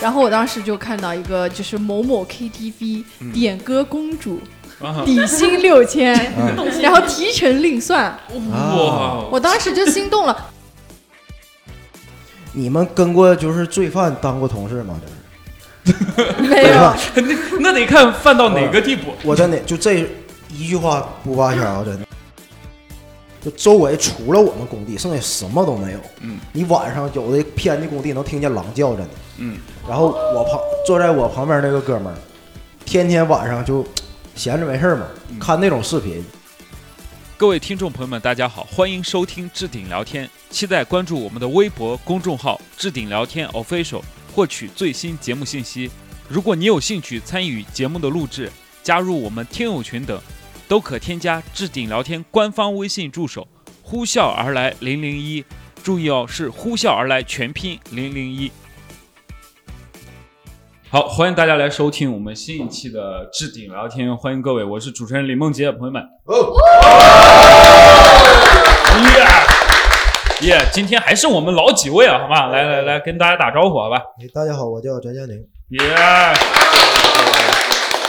然后我当时就看到一个就是某某 KTV 点歌公主，啊，底薪六千，嗯然后提成另算，哇， 我当时就心动了。你们跟过就是罪犯当过同事吗？就是没罪有犯，，那得看犯到哪个地步。我真的就这一句话不扒瞎，真的。就周围除了我们工地，剩下什么都没有。嗯，你晚上有的偏的工地能听见狼叫，真的。嗯，然后我旁坐在我旁边那个哥们儿，天天晚上就闲着没事儿嘛，看那种视频。各位听众朋友们，大家好，欢迎收听置顶聊天，期待关注我们的微博公众号“置顶聊天 official”，获取最新节目信息。如果你有兴趣参与节目的录制，加入我们听友群等，都可添加置顶聊天官方微信助手“呼啸而来零零一”，注意哦，是“呼啸而来”全拼零零一。好，欢迎大家来收听我们新一期的置顶聊天，欢迎各位，我是主持人李梦洁，朋友们。 耶、今天还是我们老几位啊，好吧？来来来，跟大家打招呼，好吧？大家好，我叫翟佳宁。耶、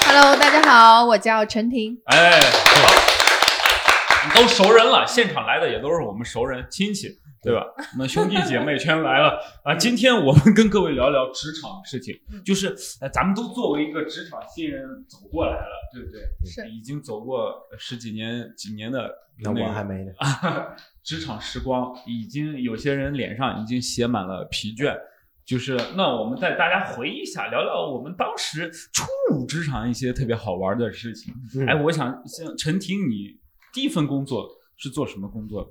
Hello，大家好，我叫陈婷。哎，都熟人了，现场来的也都是我们熟人亲戚，对吧？我们兄弟姐妹全来了啊！今天我们跟各位聊聊职场的事情，就是、呃、咱们都作为一个职场新人走过来了，对不对？是已经走过十几年、几年的那个我还没呢。 职场时光，已经有些人脸上已经写满了疲倦。就是，那我们带大家回忆一下，聊聊我们当时初入职场一些特别好玩的事情。嗯哎，我想像陈婷，你第一份工作是做什么工作？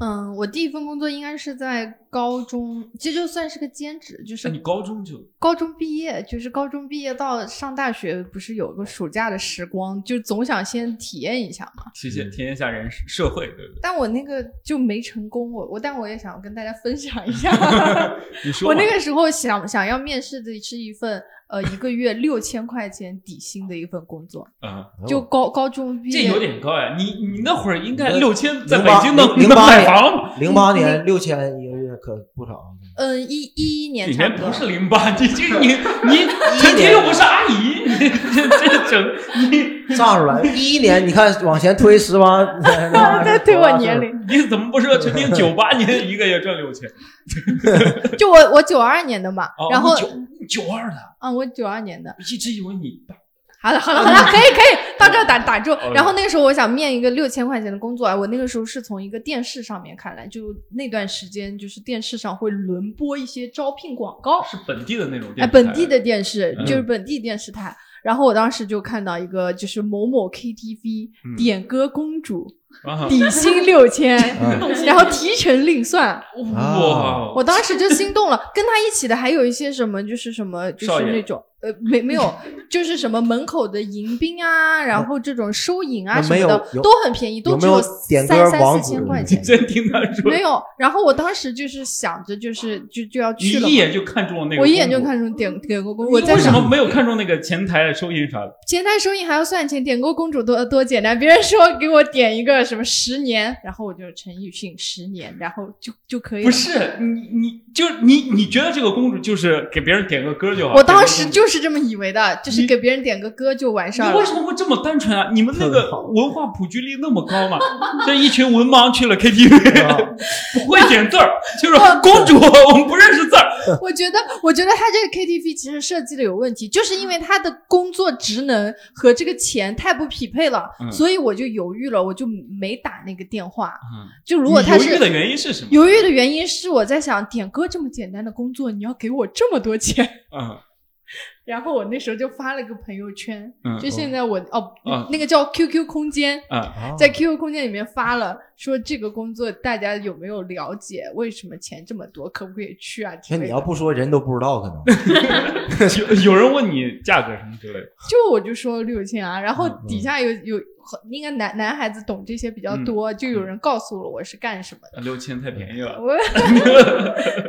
嗯，我第一份工作应该是在高中，其实就算是个兼职，就那你是高中就嗯高中毕业，就是高中毕业到上大学，不是有个暑假的时光，就总想先体验一下嘛。体现体验一下人世社会，对不对？但我那个就没成功，我我但我也想跟大家分享一下，你说我吧那个时候想想要面试的是一份呃一个月六千块钱底薪的一份工作，嗯，哎就高高中毕这业，有点高哎，你你那会儿应该你六千，在零北八京能零能八买年房了吗？零八年六千一个月可不少。啊嗯一一一年你差这不多不，是零八，你这 你你陈婷又不是阿姨，你这这整你。炸 出来！一一年你看往前推十八，对对我年。 龄，你怎么不说陈婷九八年一个月赚六千？就我我九二年的嘛，哦，然后你九你九二的，嗯我九二年的，我一直以为你好了好了好了，可以可以到这儿打打住哦。然后那个时候我想面一个六千块钱的工作啊，我那个时候是从一个电视上面看来，就那段时间就是电视上会轮播一些招聘广告，是本地的那种哎，电视台本地的电视嗯就是本地电视台。然后我当时就看到一个就是某某 KTV 嗯点歌公主，啊底薪六千， 嗯然后提成另算。哦哇，我当时就心动了， 跟他一起的还有一些什么，就是什么，就少是爷那种呃，没没有，就是什么门口的迎宾啊，然后这种收银啊有什没么的有有都很便宜，都有只没有三点歌三王四子千块你钱。真听他说，没有，然后我当时就是想着，就是就就要你去了嘛一，眼就看中了那个，我一眼就，看中点点歌公主，我你在为什想么没有看中那个前台收银啥的？前台收银还要算钱，点歌公主多多简单。别人说给我点一个什么十年，然后我就陈奕迅十年，然后就就可以了。不，是你你就你你觉得这个公主就是给别人点个歌就好？我当时点个就歌是这么以为的， 就是你给别人点个歌就完事儿你为了。什么会这么单纯啊？你们那很个好文化普及率那么高嘛？这一群文盲去了 嗯啊 KTV，不 会点字儿，就是哦公主，我们不认识字儿。我觉得，我觉得他这个 KTV 其实设计的有问题，就是因为他的工作职能和这个钱太不匹配了，嗯所以我就犹豫了，我就没打那个电话。嗯就如果他你犹豫是的原因是什么？犹豫的原因是我在想，点歌这么简单的工作，你要给我这么多钱。嗯然后我那时候就发了个朋友圈，嗯就现在我哦嗯那个叫 QQ 空间，嗯，哦啊在 QQ 空间里面发了，说这个工作大家有没有了解？为什么钱这么多？可不可以去啊？之那类你的要不说，人都不知道可能。 有有人问你价格什么之类的，就我就说六千啊，然后底下有有很应该男男孩子懂这些比较多，就有人告诉了我是干什么的，呃六千太便宜了，我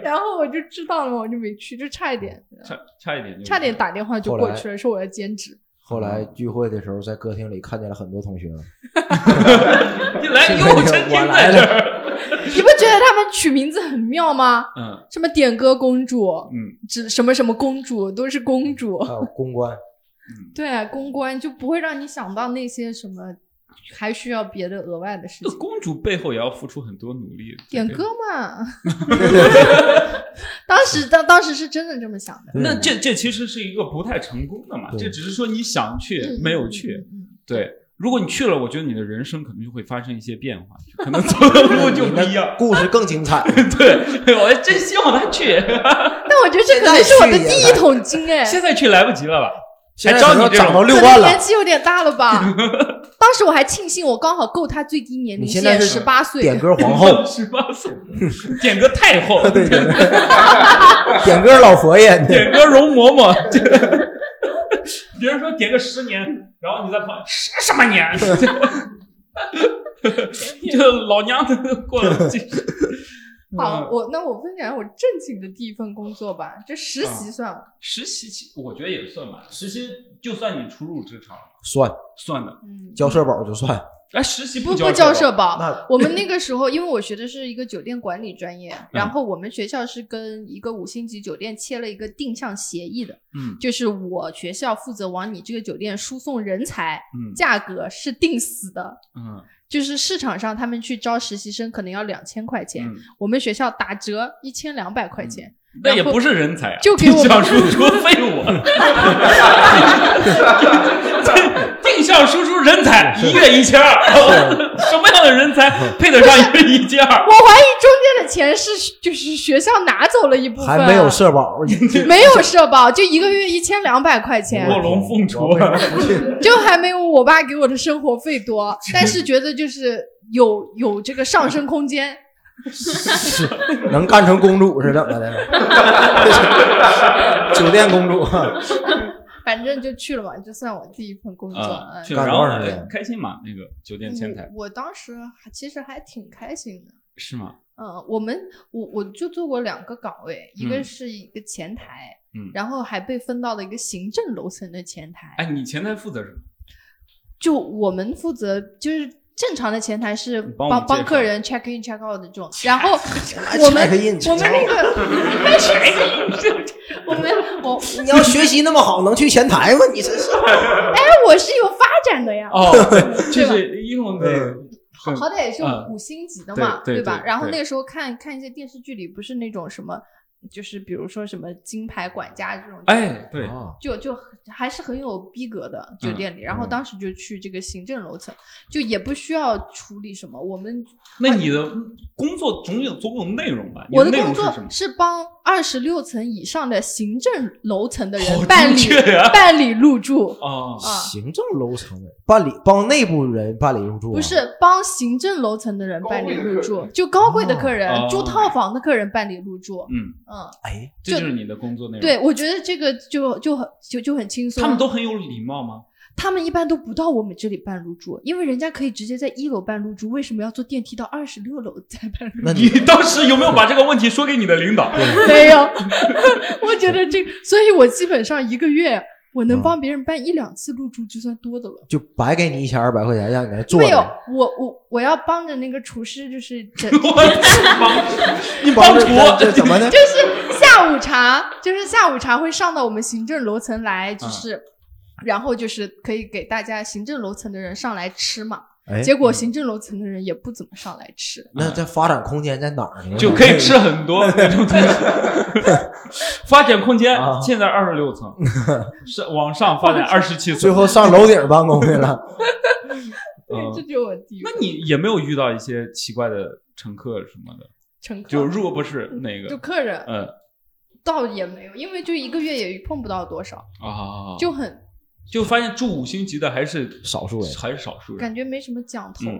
然后我就知道了，我就没去，就差一点 差差一点就，差点打电话就过去后了，说我要兼职。 后来聚会的时候，在歌厅里看见了很多同学，一来又陈婷在这儿，你不觉得他们取名字很妙吗？嗯什么点歌公主，嗯，只什么什么公主都是公主，还有公关， 对，啊公关就不会让你想到那些什么，还需要别的额外的事这情。公主背后也要付出很多努力。点歌嘛， 当时当当时是真的这么想的， 那这这其实是一个不太成功的嘛，嗯对。这只是说你想去嗯没有去。，嗯嗯对，如果你去了，我觉得你的人生可能就会发生一些变化，可能走的路 就不一样 故事更 精彩。对，我真希望他去， 嗯 但我觉得这可能是我的第一桶金哎，现在去来不及了吧？现在还招你可能这种涨到六可万能了年，纪有点大了 吧？当时我还庆幸我刚好够他最低年龄你现在线是十八岁，点歌皇后， 十八岁，点歌太后， 对对，点歌老佛爷，你点歌容嬷嬷。 这别人说点个十年，然后你在旁边十什么年？ 这老娘都过了这。 好，嗯，我那我分享我正经的第一份工作吧，这实啊习算吗？实习期我觉得也算吧，实习就算你初入职场 算算的。嗯，交社保就算。哎，实习不交不交社社保。那我们那个时候，因为我学的是一个酒店管理专业，嗯然后我们学校是跟一个五星级酒店签了一个定向协议的，嗯就是我学校负责往你这个酒店输送人才，嗯价格是定死的，嗯就是市场上他们去招实习生可能要两千块钱，嗯，我们学校打折一千两百嗯块钱，那也不是人才啊，就 给我定向输出废 物，啊定向输出人才一月一千二， 什么样的人 才配得上一月一千二？我怀疑中间的钱是就是学校拿走了一部分，还没有社保，没有社保，就一个月一千两百块钱卧，龙凤雏我为什么不去 就还没有我爸给我的生活费多，但是觉得就是有有这个上升空间。 是 能干成公主是怎么的？ 酒店公主，反正就去了嘛，就算我第一份工作。啊， 嗯去干然后多少年开心嘛？那个酒店前台我我当时还其实还挺开心的。是吗？嗯，我们我我就做过两个岗位，一个嗯是一个前台，嗯然后还被分到了一个行政楼层的前台。哎，你前台负责什么？就我们负责就是正常的前台是你帮我们帮帮介绍客人 check in check out 的这种，然后我们 check in，我们那个我们我 你要学习那么好，能去前台吗？你这是哎我是有发展的呀，哦，就是英文的嗯，很好歹也是嗯五星级的嘛，对对吧对？然后对那个时候看看一些电视剧里，不是那种什么，就是比如说什么金牌管家这种，哎，对，哦就就还是很有逼格的酒店里。然后嗯当时就去这个行政楼层，就也不需要处理什么，我们那你的工作总有总有内容吧？你我的内工容是作什么？是帮二十六层以上的行政楼层的好人办理精 确呀办理入住，哦，啊行政楼层的办理帮内部人办理入住啊，不是帮行政楼层的人办理入高贵的客住，就高贵的客哦人、住套房的客人办理入住。嗯，嗯，哎，这就是你的工作内容。对，，我觉得这个就就很就就很轻松。啊他们都很有礼貌吗？他们一般都不到我们这里办入住，因为人家可以直接在一楼办入住，为什么要坐电梯到二十六楼再办 入住？那你你当时有没有把这个问题说给你的领导？没有， 我觉得这，所以我基本上一个月我能帮别人办一两次入住就算多的了。就白给你一千二百块钱，让你来做没有了，，我我我要帮着那个厨师，就是整 我帮你帮着厨，这怎么 的？就是下午茶，就是下午茶会上到我们行政楼层来，就是。嗯然后就是可以给大家行政楼层的人上来吃嘛，哎，结嗯果行政楼层的人也不怎么上来吃，那这发展空间在哪儿呢？ 就可以吃很多那种东西。发展空间啊现在二十六 层，是往上发展二十七最层。后上楼顶办公去 了，对，这嗯，就是我第一那个你也没有遇到一些奇怪的乘客什么的，乘客，就如果不是那就个，客人嗯倒也没有，因为就一个月也碰不到多少，啊，就很就发现住五星级的还是少数人。还是少数人。感觉没什么讲头。嗯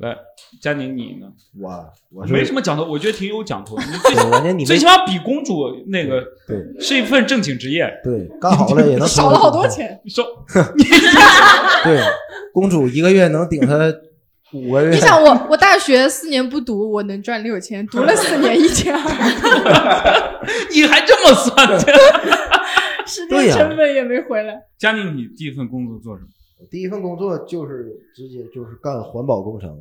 来，佳宁你呢？我我没什么，么讲头，我觉得挺有讲头。你最对人 家你最们起码比公主那个对是一份正经职业。对干好了也 能少了好多。钱，你说对，公主一个月能顶她五个月。你想我，我大学四年不读，我能赚六千，读了四年一千 二，你还这么算？ 时对间呀成本也没回来。佳宁，你第一份工作做什么？我第一份工作就是直接就是干环保工程，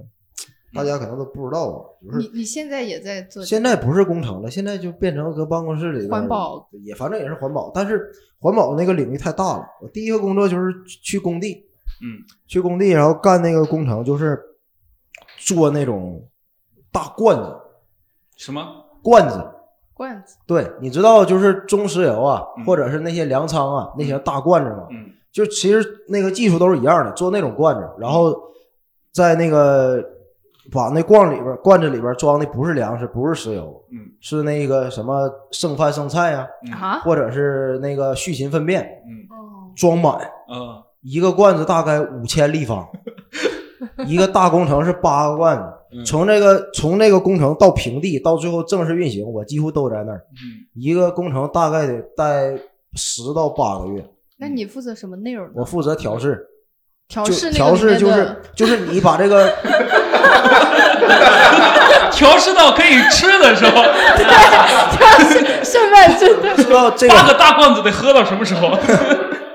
大家可能都不知道啊，就是你你现在也在做这现个？在不是工程了，现在就变成搁办公室里边儿环保也反正也是环保，但是环保那个领域太大了。我第一个工作就是去工地，嗯，去工地然后干那个工程，就是做那种大罐子，什么？罐子。罐子，对，你知道就是中石油啊，嗯或者是那些粮仓啊，那些大罐子吗？嗯就其实那个技术都是一样的，做那种罐子，然后在那个把那罐里边儿罐子里边儿装的不是粮食，不是石油，嗯是那个什么剩饭剩菜啊，嗯啊？或者是那个畜禽粪便，嗯哦，装满啊一个罐子大概五千立方，一个大工程是八个罐子。嗯从这个从这个工程到平地到最后正式运行，我几乎都在那儿。嗯一个工程大概得待十到八个月，那你负责什么内容呢？我负责调试，调就试那调哦个里试面就是的就是你把这个调试到可以吃的 时候，啊 剩饭剩的知道这个八个大罐子得喝到什么 时候？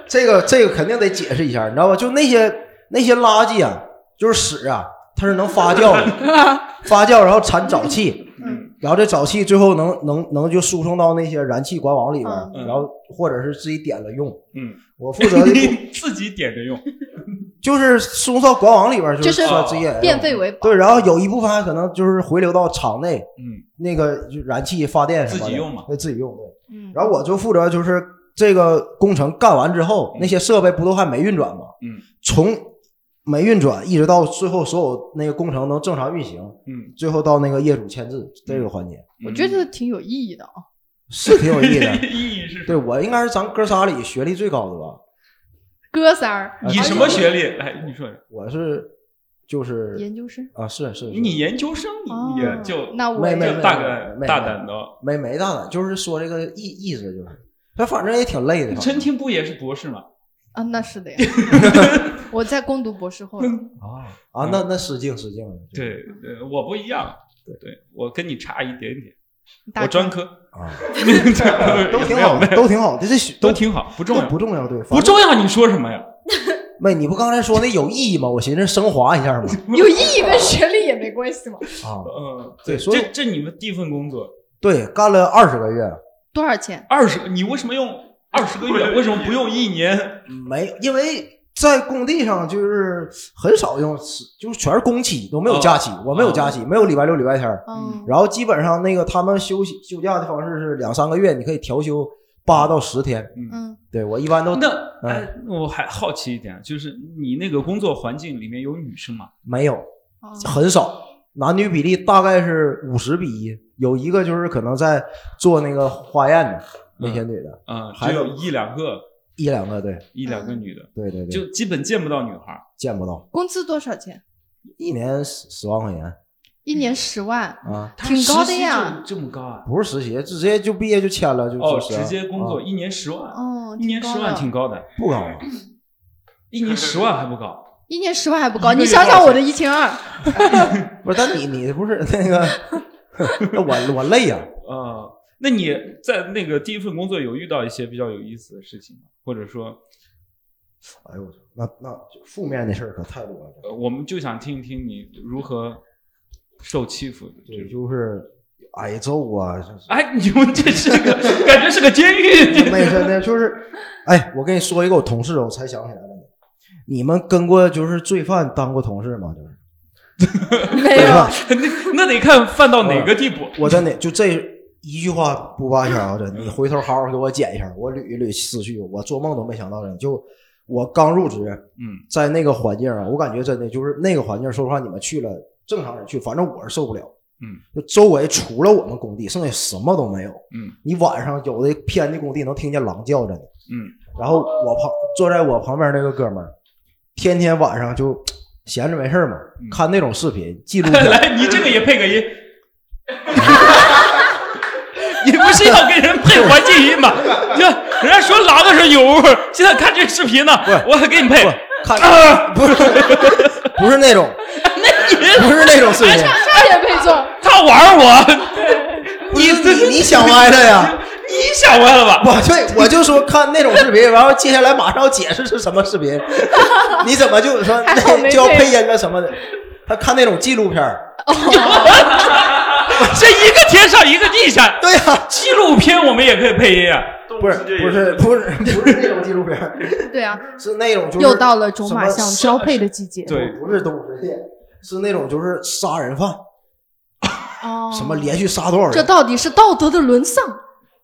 这个这个肯定得解释一下，你知道吧？就那些那些垃圾啊，就是屎啊，它是能发酵的， 发酵然后产沼气，嗯然后这沼气最后能能能就输送到那些燃气管网里边儿，嗯然后或者是自己点了用。嗯，我负 责的工你自己点着用。就是输送到管网里边儿，就是是说自己点了用变废为宝。对，然后有一部分还可能就是回流到厂内嗯那个就燃气发电什么的，自己用嘛对，自己用对。嗯，然后我就负责就是这个工程干完之嗯后，那些设备不都还没运转吗？嗯从没运转一直到最后所有那个工程能正常运行，嗯，最后到那个业主签字这个环节我觉得挺有意义的啊。是挺有意 义的。 意义是什对么？我应该是咱哥仨里学历最高的吧？哥仨儿你对什么学历？来，你说，我是就是研究生，啊，是是是你研究生，你哦也就那我没没就大胆大胆的，没没大胆，就是说这个意意思就是，他反正也挺累的。陈廷不也是博士吗？啊，那是 的呀，我在攻读博士 后了，啊嗯啊，那那失敬失敬了。对，对，我不一样，对我跟你差一点点，大我专专 科， 啊，都都挺好的，都挺好的，这都挺好，不都重要，不重要，对，不重要，你说什么呀？妹，你不刚才说那有意义吗？我寻思升华一 下嘛。有意义跟学历也没关系 嘛。啊，嗯，对所以这这你们第一份工作对，干了二十个月，多少钱？二十，你为什么用二十个月？为什么不用一年？没，因为在工地上就是很少用，就是全是工期，都没哦有假期，我没有假期，没有礼拜六、礼拜天儿。嗯，然后基本上那个他们休息休假的方式是两三个月，你可以调休八到十天。嗯，对我一般都那嗯哎，我还好奇一点，就是你那个工作环境里面有女生吗？没有，哦很少，男女比例大概是五十比一，有一个就是可能在做那个花样的那些女的，嗯，还只有有一两个，一两个，对一两个嗯女的，对对对，就基本见不到女孩儿。见不到，工资多少钱？一年十十万块钱一年十万，啊。她挺高的实习呀就这么高啊？不是实习，直接就毕业就签了，就哦，就是直接工作啊一年十万，哦，一年挺十高万的挺高的，不高啊，一年十万还不高。一年十万还不高，一个你月想多少想我的一千二，不是，但你你不是 那个，那我我累呀、呃，那你在那个第一份工作有遇到一些比较有意思的事情吗？或者说，哎呦我操，那那就负面的事儿可太多了。呃，我们就想听一听你如何受欺负的这对，种。就是挨揍啊，就是哎，你们这是个感觉是个监 狱。那真的就是，哎，我跟你说一个我同事，我才想起来了呢。你们跟过就是罪犯当过同事吗？就是没罪有犯，，那那得看犯到哪个地步。 我真的就这一句话不扒瞎啊！真的，你回头好好给我剪一下，我捋一捋思绪。我做梦都没想到，真的就我刚入职，嗯在那个环境啊，我感觉真的就是那个环境，说实话，你们去了，正常人去，反正我是受不了。嗯就周围除了我们工地，剩下什么都没有。嗯你晚上有的偏的工地能听见狼叫着呢。嗯然后我旁坐在我旁边那个哥们儿，天天晚上就闲着没事儿嘛嗯，看那种视频记录 片。来，你这个也配个音。你不是要给人配环境音吗？你看人家说狼的时候有味儿，现在看这视频呢不是，我还给你 配。 看啊不是不是那种，不是那种视 频，差点配错。他玩我，不是你你想歪了呀？你想歪了吧？我对我就说看那种视频，然后接下来 马上要解释是什么视频，你怎么就说还好那没就要配配音了什么的？他看那种纪录片儿这一个天上一个地下，对呀、纪录片我们也可以配音啊。不是不是不是不是那种纪录片儿，对啊，是那种就是又到了种马什象么交配的季节。对不是动物世界，是那种就是杀人犯，哦，什么连续杀多少这人，到底是道德的沦丧？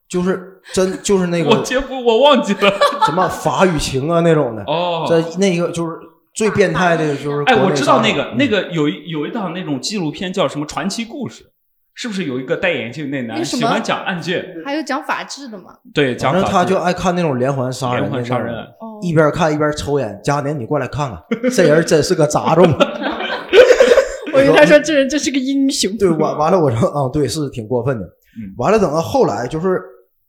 就是真就是那我个接不，我忘记 了。什么法与情啊那种的，哦，这那个就是最变态的啊就是哎，国我内知道杀嗯那手个那个有一有一档那种纪录片叫什么《传奇故事》，是不是有一个戴眼镜那那男个什么喜欢讲案件？还有讲法治的嘛？对，反讲正法他治就爱看那种连环杀人连的环那杀种人案。哦，一边看一边抽烟。佳年，你过来看看，这人真是个杂种。 我以为他说这人真是个英雄。 对，完完了，我说啊、对，是挺过分的。嗯完了，等到后来就是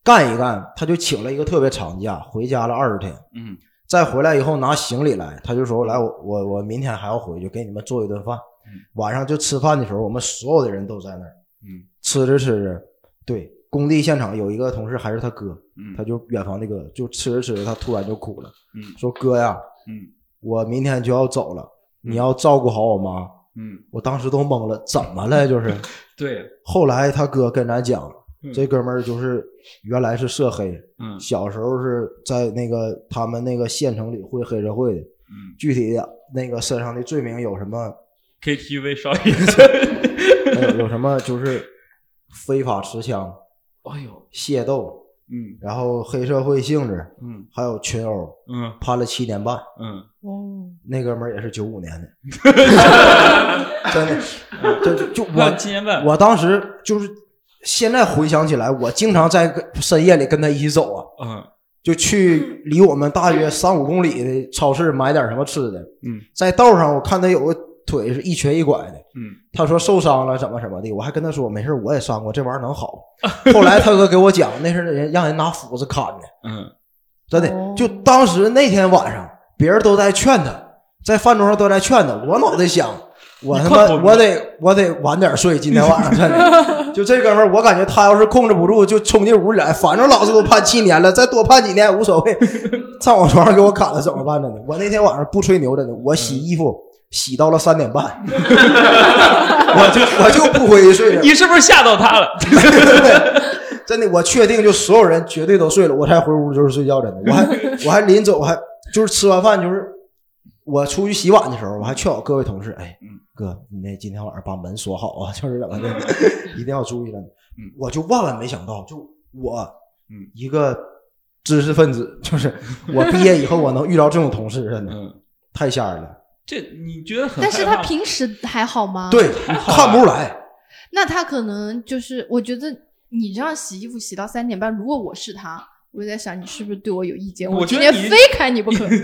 干一干，他就请了一个特别长假，回家了二十天。嗯，再回来以后拿行李来，他就说来我我我明天还要回去，给你们做一顿饭。晚上就吃饭的时候，我们所有的人都在那儿。嗯，吃着吃着，对，工地现场有一个同事还是他哥，嗯他就远房的哥，就吃着吃着，他突然就哭了，嗯说哥呀，嗯我明天就要走了，你要照顾好我妈。嗯，我当时都懵了，怎么 了？就是。对，后来他哥跟咱讲嗯，这哥们儿就是原来是涉黑，嗯小时候是在那个他们那个县城里混黑社会的，嗯具体的那个身上的罪名有什么？ ，KTV 少 一些。呃有什么就是非法持枪、哎呦，械斗，嗯然后黑社会性质，嗯还有群殴，嗯判了七年半。嗯，哦，那哥们儿也是九五年的，真的，就就就我我纪念办，我当时就是现在回想起来，我经常在跟深夜里跟他一起走啊，嗯就去离我们大约三五公里的超市买点什么吃的。嗯，在道上我看他有个腿是一瘸一拐的，嗯他说受伤了怎么怎么的，我还跟他说没事儿，我也伤过，这玩意儿能好。后来他哥给我讲，那是人让人拿斧子砍的，嗯真哦的。就当时那天晚上，别人都在劝他，在饭桌上都在劝他，我脑袋想。我他你快妈，滚我得我得晚点睡，今天晚上真的。就这哥们儿，我感觉他要是控制不住，就冲进屋里来。反正老子都判七年了，再多判几年无所谓。上我床上给我砍了怎么办？真的，我那天晚上不吹牛，真的，我洗衣服洗到了三点半，我就我就不回去睡了。你是不是吓到他了？真的，我确定就所有人绝对都睡了，我才回屋就是睡觉。真的，我 还我还临走我还就是吃完饭就是我出去洗碗的时候，我还劝我各位同事，哎嗯，哥，你那今天晚上把门锁好啊，就是怎么 的，一定要注意了。嗯我就万万没想到，就我嗯一个知识分子，就是 我毕业以后我能遇到这种同事，真的嗯，太吓人了。这你觉得很害但怕吗？是他平时还好吗？，对，看不出来。那他可能就是，我觉得你这样洗衣服洗到三点半，如果我是他，我就在想你是不是对我有意见？我我觉今得天你非砍你不可。 你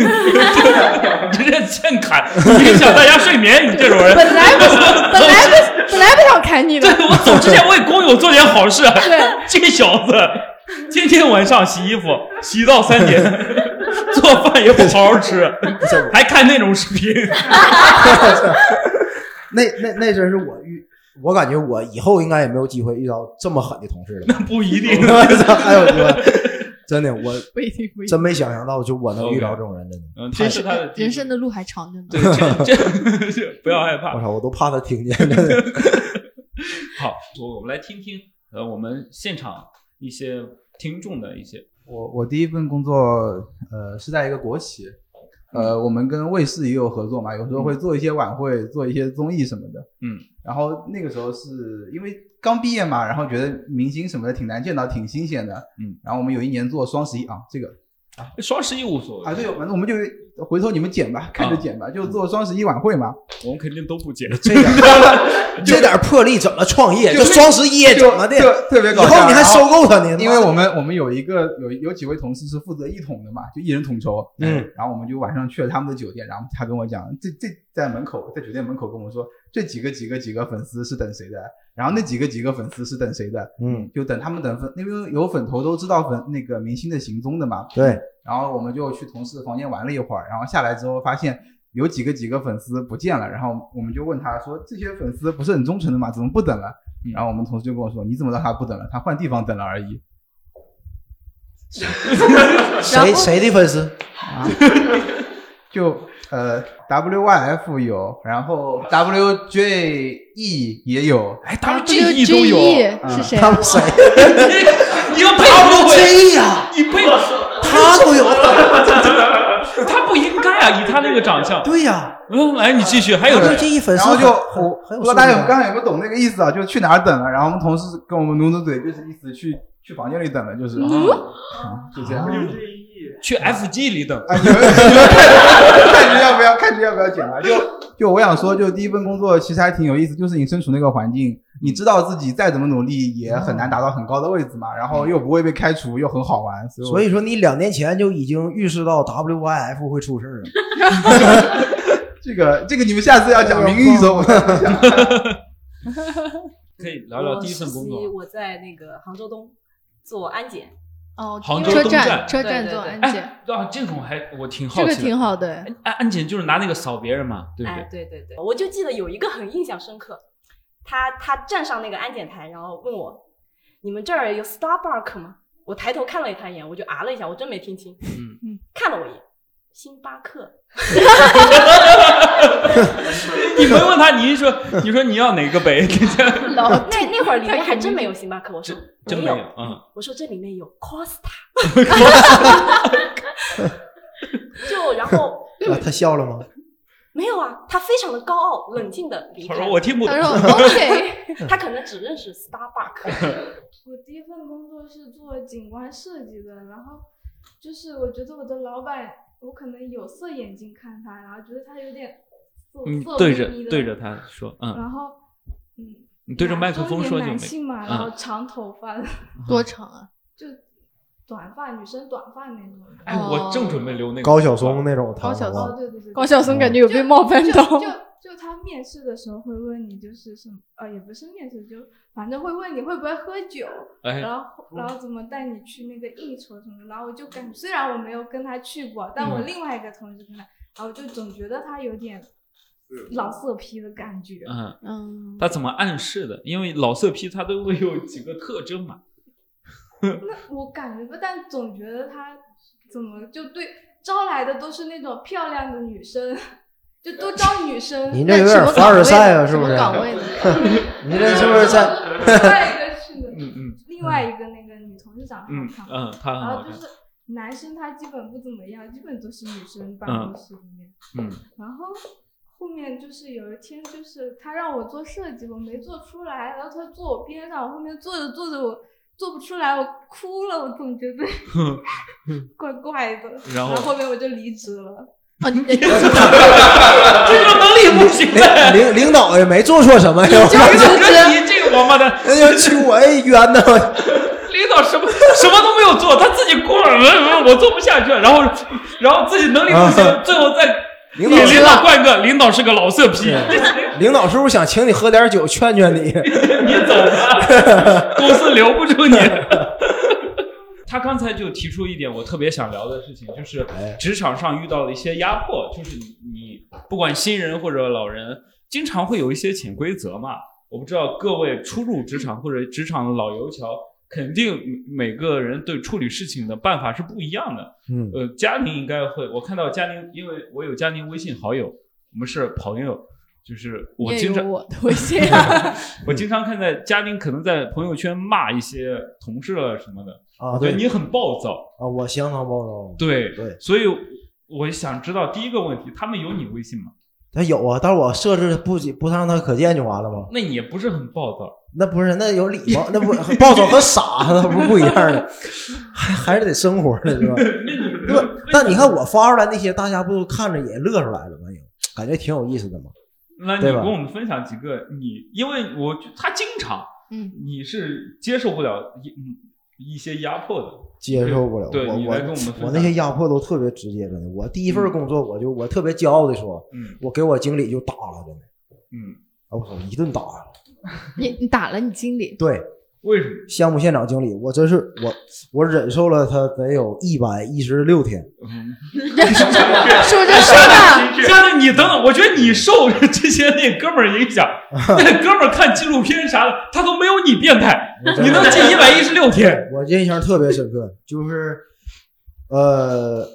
这欠砍，你影响大家睡眠，你这种人。本来不，本来不，本来不想砍你的对。我走之前为工友做点好事啊。对，这小子天天晚上洗衣服，洗到三点， 做饭也不好好吃，还看那种视频。那那那真是我遇，我感觉我以后应该也没有机会遇到这么狠的同事了。不一 定，还有哥， 真的，我不一定，不一定真。没想象到，就我能遇到这种 人，真的。嗯，这是他的人生。的路还长着呢。对，这这这不要害怕我。操，我都怕他听见。真的，好，我我们来听听呃，我们现场一些听众的一些我我第一份工作，呃，是在一个国企，呃，嗯我们跟卫视也有合作嘛，有时候会做一些晚会，做一些综艺什么的，嗯。然后那个时候是因为刚毕业嘛，然后觉得明星什么的挺难见到，挺新鲜的，嗯。然后我们有一年做双十一啊，这个双十一无所谓啊，对，反正我们就回头你们剪吧，啊看着剪吧，就嗯做双十一晚会嘛，我们肯定都不接。这点 这点魄力怎么创业？就这双十一怎就么的？以特特别搞笑。后你还然收购他呢？因为我们我们有一个有有几位同事是负责一统的嘛，就一人统筹，哎嗯，然后我们就晚上去了他们的酒店，然后他跟我讲，这这在门口在酒店门口跟我们说，这几个几个几个粉丝是等谁的，然后那几个几个粉丝是等谁的，嗯，就等他们等粉，因为有粉头都知道粉那个明星的行踪的嘛，对，然后我们就去同事的房间玩了一会儿，然后下来之后发现有几个几个粉丝不见了，然后我们就问他说：“这些粉丝不是很忠诚的吗？怎么不等了嗯？”然后我们同事就跟我说：“你怎么知道他不等了？他换地方等了而已。谁谁的粉丝？啊”就呃 WYF 有，然 后 WJE 也有，哎他，W 们 E 都有，嗯是谁？啊他们谁？ 你要背他我们回，这呀，你背我，他都 有，他不应该 啊，以他那个长相。对呀，嗯，来你继续，还还有这谁？一粉然丝后很，就很我很不有啊知道大家数有量刚才有没有懂那个意思啊？就是去哪儿等啊？然后我们同事跟我们努努嘴，就是意思去去房间里等了，就是嗯啊努啊就这样。有这一亿， 去 F G 里等。啊，你们你们看 看着要不要看着要不要剪吧？就就我想说，就第一份工作其实还挺有意思，就是你身处那个环境，你知道自己再怎么努力也很嗯难达到很高的位置嘛，然后又不会被开除，又很好玩，所以所以说你两年前就已经预示到 WYF 会出事 儿了。这个这个你们下次要讲名哎誉的时候我再讲。可以聊聊第一份工我实习作。啊我在那个杭州东做安检，哦，杭州车东站站车对站对做对安检，哎，啊，这种还我挺好这个奇的哎挺。好的。安安检就是拿那个扫别人嘛，对不哎对？，对对对，我就记得有一个很印象深刻，他他站上那个安检台，然后问我，你们这儿有 Starbucks 吗？我抬头看了他一眼，我就啊了一下，我真没听清，嗯嗯，看了我一眼，星巴克，你没问他，你一说， 你说你要哪个 北？ 老 那那会儿里面还真没有星巴克，我说真没有，有， 嗯，我说这里面有 Costa，就然后啊他笑了吗？没有啊，他非常的高傲，冷静的离他开。说我听不懂他。说 OK，他可能只认识 Starbucks，我第一份工作是做景观设计的，然后就是我觉得我的老板，我可能有色眼镜看他，然后觉得他有点色你色嗯对眯着眯的对着他说，嗯，然后嗯，你对着男麦克风中年说就男哦没。性嘛，嗯然后长头发， 多长啊？就短发，女生短发那种。哎，我正准备留那个高晓松那种，高晓松哦，对对对，高晓松感觉有被冒犯就到就。 就他面试的时候会问你就是什么，呃，也不是面试，就反正会问你会不会喝酒，哎，然后然后怎么带你去那个应酬什么的，然后我就感虽然我没有跟他去过，但我嗯另外一个同事跟他，然后我就总觉得他有点老色批的感觉。嗯，嗯，他怎么暗示的？因为老色批他都会有几个特征嘛。那我感觉不，但总觉得他怎么就对招来的都是那种漂亮的女生，就都招女生。您那这有什点么凡尔岗赛位啊，呢是不什是么？岗 位呢？你这是不是在？另外一个是 嗯嗯另外一个那个女同事长得嗯好看，嗯，他很然好后看就。是男生他基本不怎么样，基本都是女生办公室里面。 嗯然后后面就是有一天，就是他让我做设计，我没做出来，然后他坐我边上，我后面坐着坐着我做不出来，我哭了，我总觉得 怪怪的。然后后后面我就离职了。啊，你你这种能力不行的。哎领领导也没做错什么呀，你这个王八蛋，那就去我也冤呐！领导什么什么都没有做，他自己过了，嗯嗯我做不下去了，然后然后自己能力不行，最后再给啊领导领导灌个领导是个老色批， 领导是不是想请你喝点酒劝劝你？ 你走吧，公司留不住你。 他刚才就提出一点我特别想聊的事情，就是哎职场上遇到的一些压迫，就是你你不管新人或者老人，经常会有一些潜规则嘛。我不知道各位初入职场或者职场的老油条，肯定每个人对处理事情的办法是不一样的。嗯，呃，嘉宁应该会，我看到嘉宁，因为我有嘉宁微信好友，我们是朋友，就是我也经有常我的微信啊， 我经常看在嘉宁可能在朋友圈骂一些同事啊什么的，啊我觉得对你很暴躁，啊，我相当暴躁。对对所以我想知道第一个问题，他们有你微信吗？他有啊，但是我设置不不让他可见就完了吗？那你也不是很暴躁，那不是，那有礼貌，那不暴躁和傻那不是不一样的，还还是得生活的，是吧？ 对吧？但你看我发出来那些，大家不都看着也乐出来了吗？也感觉挺有意思的嘛。那你对吧跟我们分享几个你，因为我就他经常嗯，你是接受不了一嗯一些压迫的，接受不了，对我你来跟我们分我享那些压迫都特别直接，真的。我第一份工作，我就我特别骄傲的说，嗯我给我经理就打了，真的，嗯，啊我操，一顿打呀！你你打了你经理，对，为什么？ 项目现场经理，我真是我我忍受了他得有一百一十六天，嗯是不是这说 的？嘉玲，你等等，我觉得你受这些那哥们儿影 响，那哥们儿看纪录片啥的，他都没有你变态， 我真你的能进一百一十六天，我印象特别深刻，就是，呃，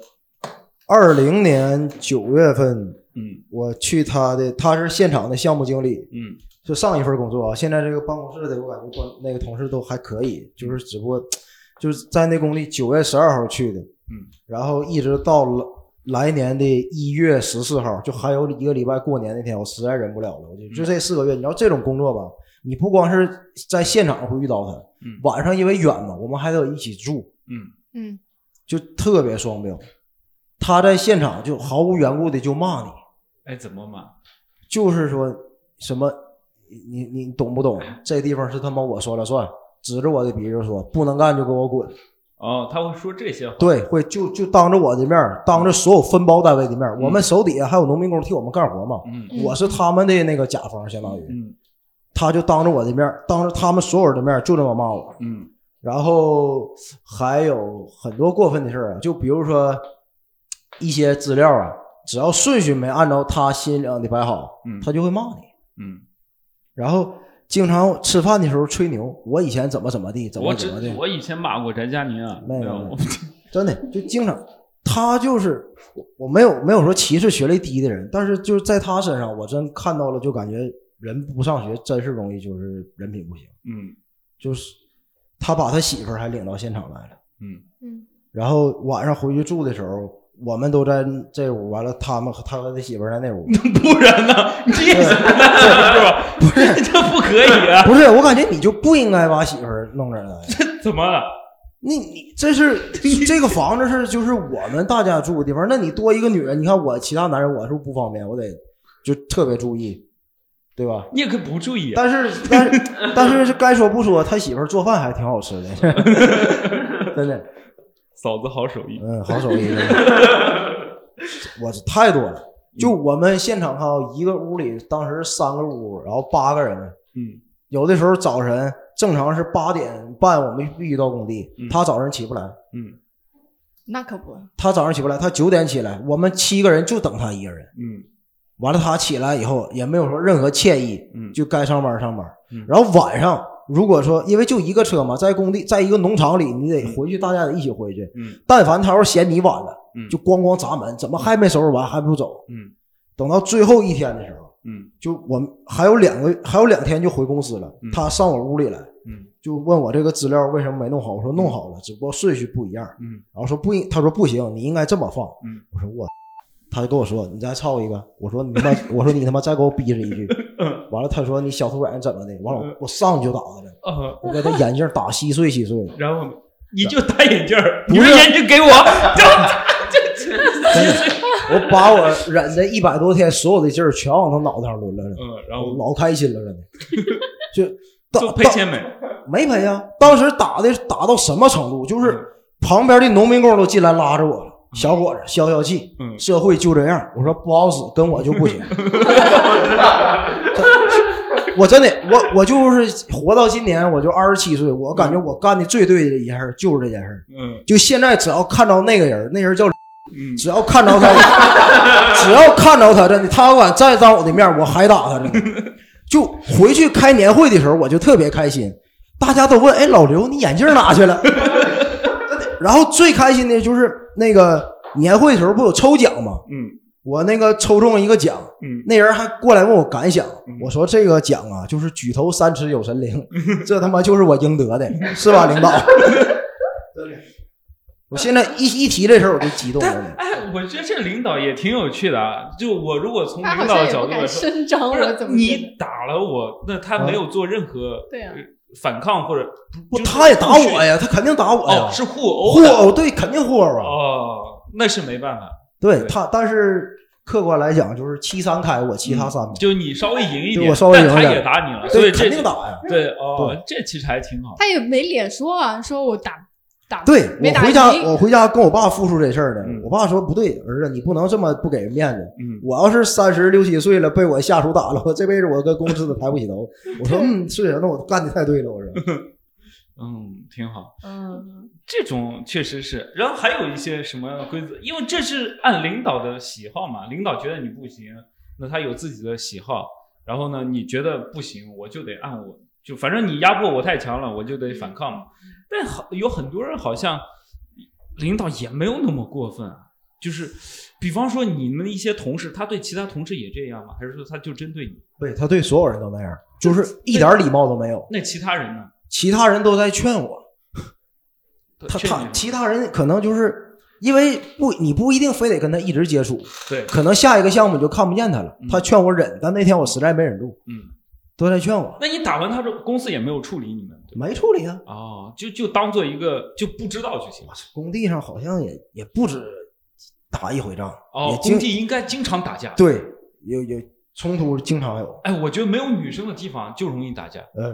二零年九月份，嗯我去他的，他是现场的项目经理，嗯就上一份工作啊。现在这个办公室的，我感觉关那个同事都还可以，就是只不过就是在那工地九月十二号去的，嗯，然后一直到了来年的一月十四号，就还有一个礼拜过年那天，我实在忍不了了，我就就这四个月，你知道这种工作吧，你不光是在现场会遇到他，嗯晚上因为远嘛，我们还得一起住，嗯嗯，就特别双标。他在现场就毫无缘故的就骂你，哎，怎么嘛？就是说什么你你你懂不 懂？这地方是他妈我说了算，指着我的鼻子说不能干就给我滚。哦，他会说这些话。对，会就就当着我的面儿，当着所有分包单位的面儿，我们手底下还有农民工替我们干活嘛，嗯嗯我是他们的那个甲方，相当于嗯他就当着我的面儿，当着他们所有人的面儿就这么骂我。嗯然后还有很多过分的事儿啊，就比如说一些资料啊，只要顺序没按照他心里的摆好，嗯他就会骂你。嗯，然后经常吃饭的时候吹牛，我以前怎么怎么地，怎我么只怎么地，我以前骂过翟佳宁啊，没有没有没有我真的就经常。他就是我，我没有没有说歧视学历低的人，但是就是在他身上，我真看到了，就感觉人不上学真是容易就是人品不行，嗯就是他把他媳妇儿还领到现场来了。嗯嗯然后晚上回去住的时候，我们都在这屋，完了他们和他和他媳妇儿在 那屋。嗯不然呢？你也想是 吧？不是，这不可以啊！不是，我感觉你就不应该把媳妇儿弄这来。怎么了？你你这是这个房子是就是我们大家住的地方，那你多一个女人，你看我其他男人我是不是不方便，我得就特别注意，对吧？你也可以不注意啊。但是但是但是该说不说，他媳妇儿做饭还挺好吃的， 真的。嫂子好手艺。嗯，好手艺。真的我这太多了，就我们现场哈，一个屋里当时三个屋，然后八个人，嗯有的时候早晨正常是八点半我们必须到工地嗯，他早上起不来，嗯那可不，他早上起不来，他九点起来，我们七个人就等他一个人。嗯完了，他起来以后也没有说任何歉意，嗯就该上班上班嗯。然后晚上如果说因为就一个车嘛，在工地，在一个农场里，你得回去，大家得一起回去。嗯但凡他要是嫌你晚了。嗯，就咣咣砸门，怎么还没收拾完还不走？嗯等到最后一天的时候，嗯就我们还有两个还有两天就回公司了嗯，他上我屋里来嗯就问我这个资料为什么没弄好，我说弄好了，只不过顺序不一样，嗯然后说不应，他说不行，你应该这么放嗯，我说我。他就跟我说：“你再操一个。”我说：“你他妈，我说你他妈再给我逼着一句。”嗯完了，他说：“你小兔崽子怎么的？”完了，我我上去就打他了，呃，我给他眼镜打稀碎稀碎的。然后你就戴眼镜儿，你不把是眼镜 给我，嗯真的，我把我忍的一百多天所有的劲儿全往他脑袋上抡来了。嗯，然我后老开心了， 真的，就就当赔当钱没？没赔啊！当时打的打到什么程度，就是旁边的农民工都进来拉着我了，小伙子消消气，嗯社会就这样。我说不好使，跟我就不行。 我真的，我我就是活到今年，我就二十七岁，我感觉我干的最对的一件事就是这件事儿。嗯就现在，只要看到那个人，那人叫嗯，只要看着他， 只要看着他，真的，他要敢再当我的面，我还打他，真的。 就回去开年会的时候，我就特别开心，大家都问：“哎，老刘，你眼镜哪去了？” 真的。然后最开心的就是那个年会的时候不有抽奖吗？嗯我那个抽中了一个奖，嗯那人还过来问我感想嗯，我说这个奖啊，就是举头三尺有神 灵，这他妈就是我应得的，是吧，领导？真的 我现在一一提这事儿我就激动了。真的哎，我觉得这领导也挺有趣的啊。就我如果从他好领像导的也角不度敢来说，声张不我，是怎么觉你得打了我，那他没有做任何呃对啊反抗或者不，就是他也打我呀，他肯定打我呀哦，，是互殴互的殴对，肯定互殴啊。哦，那是没办法，对对他，但是客观来讲，就是七三开，我七他三嘛，嗯就你稍微赢一对点，我稍微但赢他一点也打你了，所以对，这肯定打呀。对哦，这其实还挺好。他也没脸说啊，说我打打对没我打回家，赢我回家跟我爸复述这事儿嗯呢。我爸说不对，儿子，你不能这么不给人面子。嗯我要是三十六七岁了，被我下属打了，我这辈子我跟公司都抬不起头。我 说，嗯，是，那我干的太对 了，我说。嗯，挺好。嗯，这种确实是，然后还有一些什么规则，因为这是按领导的喜好嘛，领导觉得你不行，那他有自己的喜好，然后呢，你觉得不行，我就得按我就反正你压迫我太强了，我就得反抗嘛。但好有很多人好像领导也没有那么过分啊，就是，比方说你们一些同事，他对其他同事也这样吗？还是说他就针对你？对他对所有人都那样，就是一点礼貌都没有。那其他人呢？其他人都在劝我，他劝你他吗其他人可能就是因为不，你不一定非得跟他一直接触，对，可能下一个项目你就看不见他了。嗯他劝我忍，但那天我实在没忍住，嗯，都在劝我，那你打完他之后，公司也没有处理你们，对吧？没处理啊。哦，就就当做一个就不知道就行了。工地上好像也也不止打一回仗，哦也，经工地应该经常打架。，对有有冲突经常有，哎，我觉得没有女生的地方就容易打架，嗯，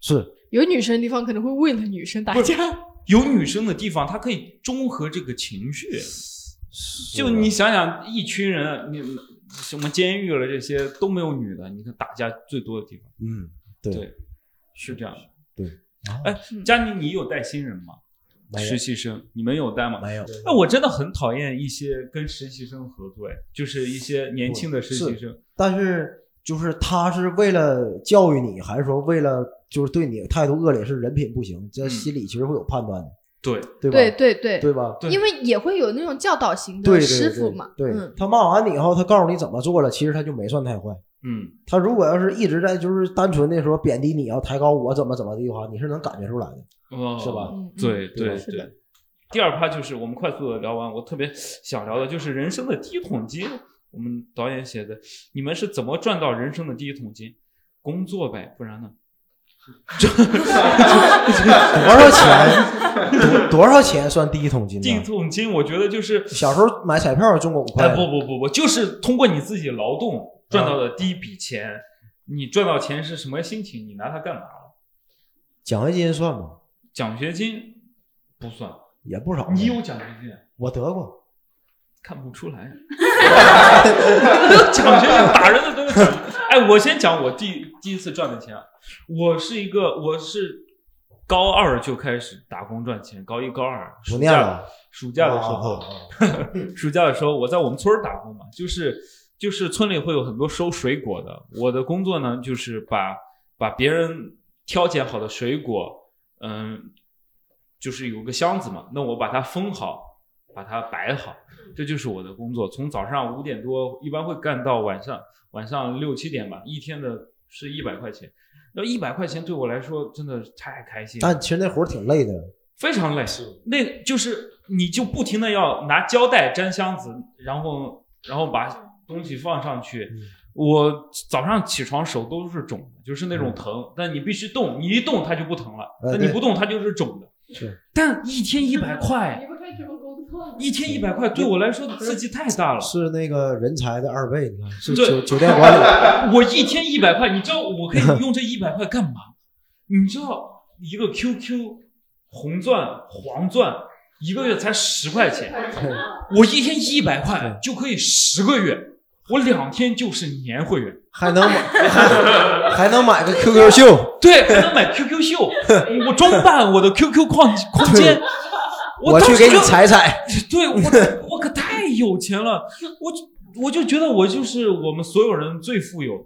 是有女生的地方可能会为了女生打不是架。有女生的地方，它可以中和这个情绪。就你想想，一群人，啊你什么监狱了这些都没有女的，你看打架最多的地方嗯对对是这样的。对，哦哎，佳妮，你有带新人吗？没有实习生，你们有带吗？没有那我真的很讨厌一些跟实习生合作，哎，就是一些年轻的实习生。但是就是他是为了教育你，还是说为了就是对你态度恶劣，是人品不行，这嗯心里其实会有判断的，对，对吧？对对对，对吧？对因为也会有那种教导型对的对师对傅嘛，对嗯，他骂完你以后，他告诉你怎么做了，其实他就没算太坏。嗯，他如果要是一直在就是单纯的说贬低你，要抬高我怎么怎么地的话，你是能感觉出来的。哦，是吧嗯嗯对对对是的对。第二趴就是我们快速的聊完，我特别想聊的就是人生的第一桶金。我们导演写的，你们是怎么赚到人生的第一桶金？工作呗，不然呢？多少钱？多多少钱算第一桶金嗯第一啊呢？桶金，我觉得就是小时候买彩票中过五块哎，，不不不不，就是通过你自己劳动赚嗯到的第一笔钱，你赚到钱是什么心情？你拿它干嘛了？奖学金算吗？奖学金不算，也不少。你有奖学金，啊我得过， 看不出来。 奖学金打人的都是奖。 哎，我先讲我第第一次赚的钱啊，我是一个我是高二就开始打工赚钱，高一高二不暑念假了。暑假的时啊哦候哦，哦 暑假的时候，我在我们村儿打工嘛，就是就是村里会有很多收水果的。我的工作呢，就是把把别人挑拣好的水果，嗯，就是有个箱子嘛，那我把它封好，把它摆好，这就是我的工作。从早上五点多，一般会干到晚上晚上六七点吧，一天的是一百块钱。那一百块钱对我来说真的太开心了，但其实那活儿挺累的，非常累，那就是你就不停的要拿胶带粘箱子，然后然后把东西放上去嗯。我早上起床手都是肿的，就是那种疼，但你必须动，你一动它就不疼了，嗯哎但你对不动它就是肿的。是但一天一百块，你会干什么工作？一天一百块对我来说刺激太大了。是那个人才的二倍，你看是对酒酒店管理。我一天一百块，你知道我可以用这一百块干嘛？ 你知道一个 QQ 红钻、黄钻，一个月才十块钱，我一天一百嗯块就可以十个月，我两天就是年会员，还能买，还能买个 QQ 秀。对，还能买 QQ 秀，我中办我的 QQ 空空间，我当去时给你就踩踩，对我，我可太有钱了，我就我就觉得我就是我们所有人最富有的，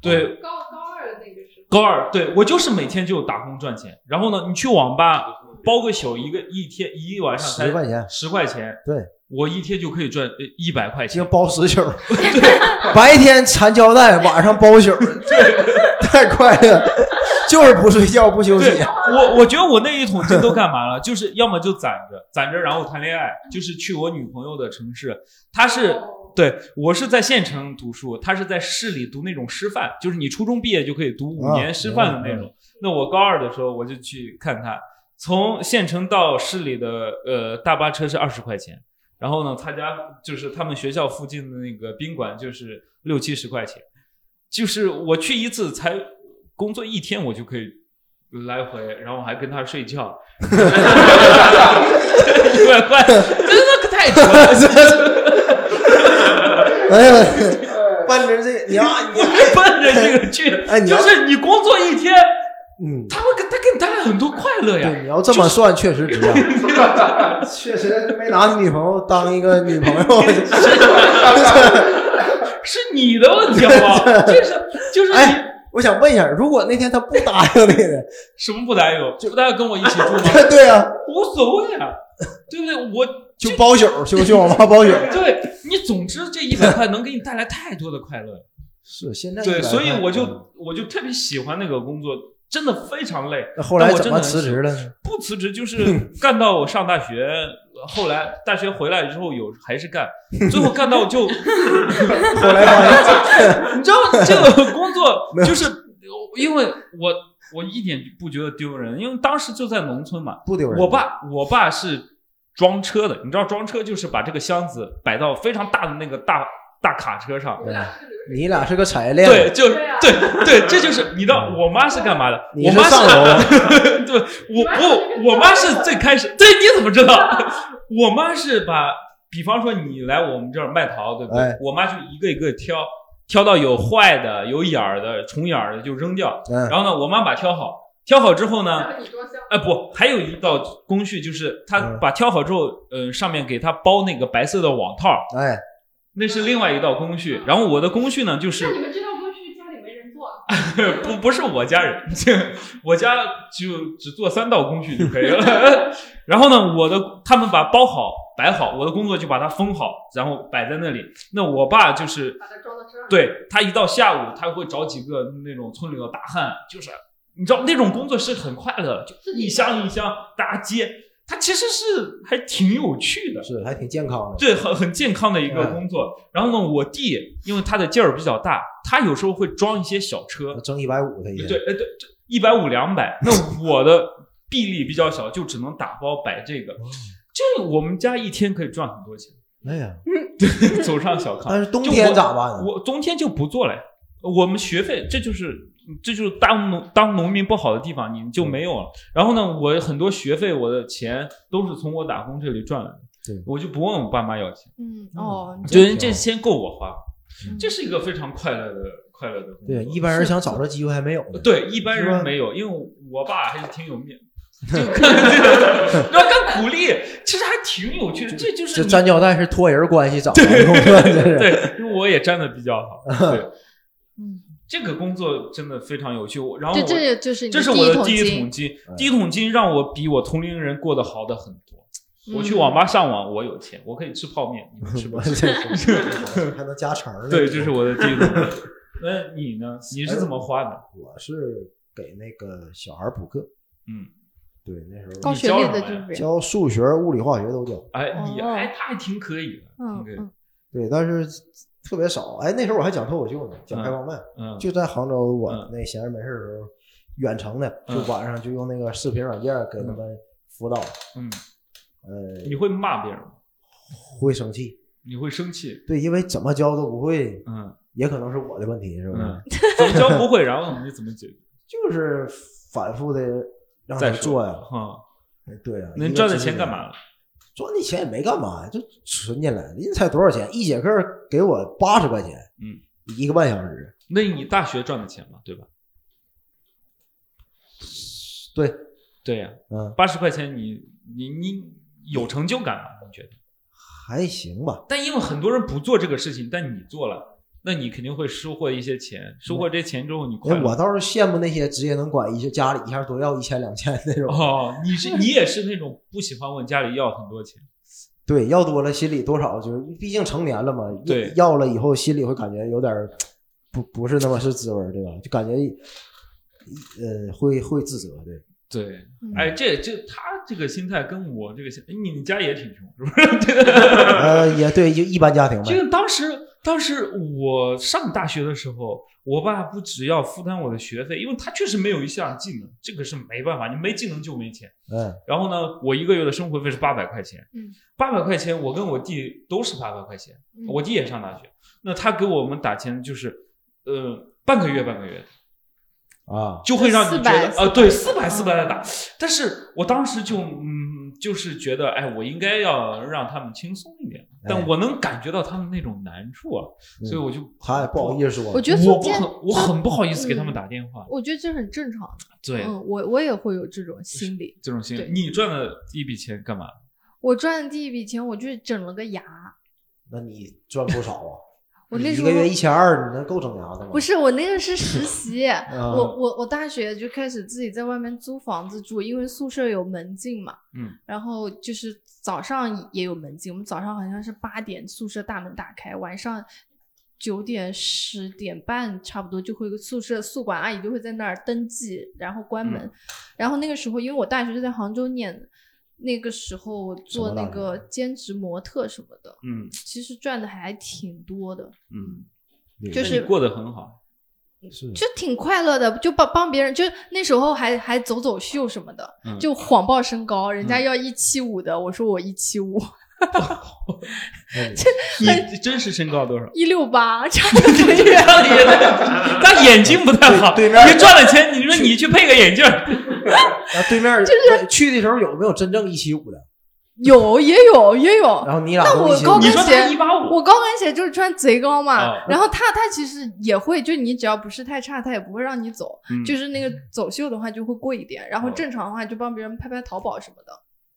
对，嗯 高高二的那个时高二，对我就是每天就打工赚钱。然后呢，你去网吧包个宿，一个一天一晚上才十块钱，十块钱，对我一天就可以赚呃一百块就钱。包十宿。 白天缠胶带，晚上包宿， 太快了，就是不睡觉不休息对。我，我觉得我那一桶金都干嘛了？就是要么就攒着，攒着然后谈恋爱，就是去我女朋友的城市，啊她是。对我是在县城读书，她是在市里读那种师范，就是你初中毕业就可以读五啊年师范的那种。那我高二的时候我就去看她，从县城到市里的呃大巴车是二十块钱，然后呢，他家就是他们学校附近的那个宾馆就是六七十块钱，就是我去一次才工作一天，我就可以来回，然后还跟他睡觉， 一百块，真的太扯了。哎呀，伴着这个， 你要你要奔着这个去， 哎你就要是你工作一天，嗯，他会给他给你带来很多快乐呀对，。你要这么算，确实值啊。确实没拿你女朋友当一个 女朋友， 是你的问题好不好？就是就是你，哎我想问一下，如果那天他不答应你呢？什么不答应？不答应跟我一起住吗？ 对对啊，无所谓啊，对不对？我就包宿，就去网吧包宿。对你，总之这一百块能给你带来太多的快乐了。 是现在对， 100块所以我嗯就我就特别喜欢那个工作，真的非常累。那后来但我怎真的么很辞喜职欢？了呢？ 不辞职就是干到我上大学，后来大学回来之后有还是干，最后干到就后来发你知道这个工作 没有就是因为我我一点不觉得丢人，因为当时就在农村嘛，不丢人。我爸我爸是装车的，你知道装车就是把这个箱子摆到非常大的那个大大卡车上。你俩是个产业链，对，就对啊对对，这就是你知道，我妈是干嘛的？你我是啊妈 上楼对，我不，我妈是最开始，对，你怎么知道？ 我妈是把，比方说你来我们这儿卖桃，对不对？哎我妈就一个一个挑，挑到有坏的、有眼儿的、虫眼儿的就扔掉。嗯然后呢，我妈把挑好，挑好之后呢， 然后你装箱，哎不，还有一道工序就是她嗯把挑好之后，呃，上面给她包那个白色的网套儿，哎，那是另外一道工序。然后我的工序呢，就是那你们这道工序家里没人做啊？ 不不是我家人，这我家就只做三道工序就可以了。 然后呢，我的他们把包好摆好，我的工作就把它封好，然后摆在那里。那我爸就是把它装到车上。对他一到下午，他会找几个那种村里的大汉，就是你知道那种工作是很快乐的，就一箱一箱大家接，他其实是还挺有趣的。是还挺健康的。对，很很健康的一个工作。然后呢，我弟因为他的劲儿比较大，他有时候会装一些小车，挣一百五他一对天，对，哎对，这一百五两百，那我的臂力比较小，就只能打包摆这哦个。这我们家一天可以赚很多钱， 哎呀，走上小康。但是冬天就咋办啊呢？我冬天就不做了，我们学费这就是这就是当农当农民不好的地方，你嗯就没有了。然后呢，我很多学费我的钱都是从我打工这里赚来的，对我就不问我爸妈要钱，嗯哦，就这是这钱够我花，嗯这是一个非常快乐的快乐的工作。对，一般人想找这机会还没有呢。对，一般是吧人没有，因为我爸还是挺有面，就看 然后看鼓励，其实还挺有趣的。这就是这你粘胶带是托人关系找的，这是。对，因为我也站的比较好。对，嗯，这个工作真的非常有趣。我然后这我这就是你这的是我的第第一一桶桶金哎，第一桶金让我比我同龄人过得好的很多。金我去网吧上网，我有钱，我可以吃泡面，你们吃不这吃？ 是还能加成呢。对，这是我的第一桶金。那你呢？你是怎么花的？我是给那个小孩补课，嗯，对，那时候高你学教历什的么就呀是这嗯样，教数学、物理、化学都教。哎，你哦哎，他还挺可以的，挺嗯可以的。嗯，对，但是特别少。哎，那时候我还讲脱口秀呢，讲开放麦，嗯，就在杭州，我嗯那闲着没事的时候，远程的，就嗯晚上就用那个视频软件给他们辅导。嗯，呃，你会骂别人吗？会生气，你会生气？对，因为怎么教都不会，嗯也可能是我的问题，是吧？ 嗯，怎么教不会，然后你怎么解决？就是反复的让他再说做呀，哎哈，对啊呀、那你赚的钱干嘛了？了？赚的钱也没干嘛，就存进来。人才多少钱？一节课给我八十块钱，嗯，一个半小时。那你大学赚的钱嘛，对吧？对，对呀，嗯，八十块钱你你你有成就感吗？你觉得？还行吧。但因为很多人不做这个事情，但你做了，那你肯定会收获一些钱，收获这些钱之后你因快为我乐。倒是羡慕那些直接能管一下家里一下多要一千两千那种，哦，你是你也是那种不喜欢问家里要很多钱，对，要多了心里多少就是，毕竟成年了嘛，对要要了以后心里会感觉有点儿不不是那么是滋味儿，对吧？就感觉呃会会自责， 对。对，嗯哎，这这他这个心态跟我这个心，哎你你家也挺穷是不是？这个呃，也对，就一般家庭这呗。个当时当时我上大学的时候，我爸不只要负担我的学费，因为他确实没有一项技能，这个是没办法，你没技能就没钱。嗯，然后呢，我一个月的生活费是八百块钱，嗯，八百块钱，我跟我弟都是八百块钱，嗯我弟也上大学，那他给我们打钱就是，呃，半个月半个月的啊，就会让你觉得400啊，对，四百400四百的打。但是我当时就嗯，就是觉得，哎，我应该要让他们轻松一点，但我能感觉到他们那种难处啊，哎嗯所以我就他也不好意思说。我觉得我中不间很我很不好意思给他们打电话，我觉得这很正常的，对嗯，我我也会有这种心理。这种心理对。你赚了一笔钱干嘛？哦我赚的第一笔钱，我去整了个牙，那你赚不少啊？我那一时个候月一千二，你能够整牙的吗？不是我那个是 实习，嗯，我我我大学就开始自己在外面租房子住，因为宿舍有门禁嘛。嗯。然后就是早上也有门禁，我们早上好像是八点宿舍大门打开，晚上九点十点半差不多就会宿舍宿管阿姨就会在那儿登记，然后关嗯门。然后那个时候，因为我大学是在杭州念的，那个时候做什么大那学啊个兼职模特什么的，嗯其实赚的还挺多的。嗯，就那是你过得很好，是就挺快乐的，就帮帮别人，就那时候还还走走秀什么的，嗯就谎报身高，嗯人家要一七五的，我说我一七五，你真实身高 多少？一六八，差很远。他眼睛不太好，对对面你赚了钱，你说你去配个眼镜儿，然后对面就是去的时候有没有真正一七五的？有也有也有，然后你俩那都我一七高五跟你，说他鞋一八五，我高跟鞋就是穿贼高嘛，哦然后他他其实也会，就你只要不是太差，他也不会让你走，嗯就是那个走秀的话就会贵一点，然后哦正常的话就帮别人拍拍淘宝什么的，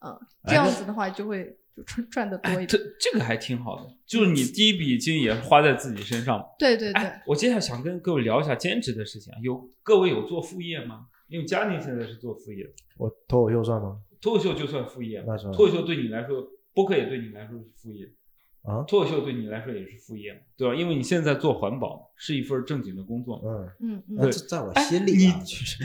嗯，哎这样子的话就会就赚赚的多一这点，这个还挺好的，就是你第一笔金也花在自己身上。对对对。哎，我接下来想跟各位聊一下兼职的事情啊。有各位有做副业吗？因为佳宁现在是做副业的，我脱口秀算吗？脱口秀就算副业嘛。那算脱口秀对你来说，播客也对你来说是副业啊脱口秀对你来说也是副业嘛，对吧？因为你现在做环保是一份正经的工作嘛，哎嗯，嗯嗯，那这在我心里啊，确实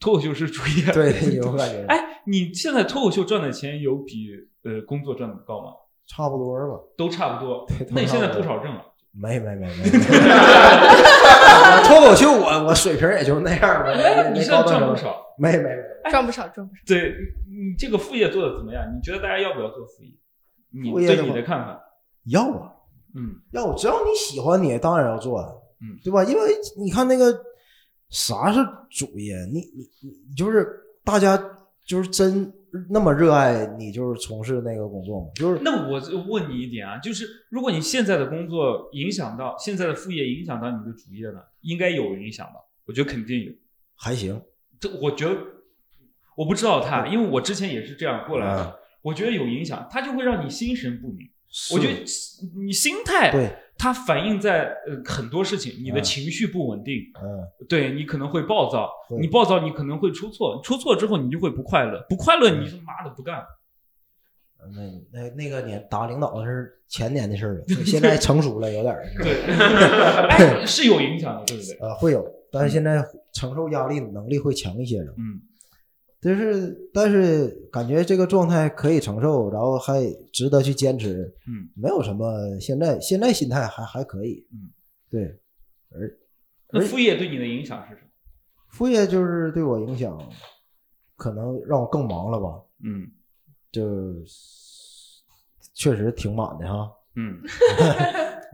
脱口秀是主 业。对有感觉，哎，你现在脱口秀赚的钱有比呃工作赚的高吗？差不多吧。都差不多。对那你现在都不差不少多挣啊了。没没没没， 我脱口秀我我水平也就哎那 样吧，没哎你没现在高到什赚不么。少。啊没没没，赚不少，赚不少。对你这个副业做的怎么样？你觉得大家要不要做副业？你副业的对你话的看法？要啊嗯要我，只要你喜欢你，当然要做啊，嗯对吧？因为你看那个啥是主业，你你你你就是大家就是真那么热爱你，就是从事那个工作吗？就是那我就问你一点啊，就是如果你现在的工作影响到现在的副业，影响到你的主业呢？应该有影响吧？我觉得肯定有。还行，这我觉得我不知道他，因为我之前也是这样过来嗯的。我觉得有影响，它就会让你心神不宁。我是觉得你心态对，它反映在呃很多事情，你的嗯情绪不稳定，嗯，对你可能会暴躁，对你暴躁你可能会出错，出错之后你就会不快乐，不快乐你就妈的不 干了。那那那个年打领导是前年的事儿了， 就现在成熟了有点儿，对，哎，是有影响的，对不对？呃，会有，但是现在承受压力能力会强一些了。嗯，但是但是感觉这个状态可以承受，然后还值得去坚持。嗯，没有什么，现在现在心态还还可以。嗯，对，哎那副业对你的影响是什么？副业就是对我影响，可能让我更忙了吧，嗯就确实挺满的哈。嗯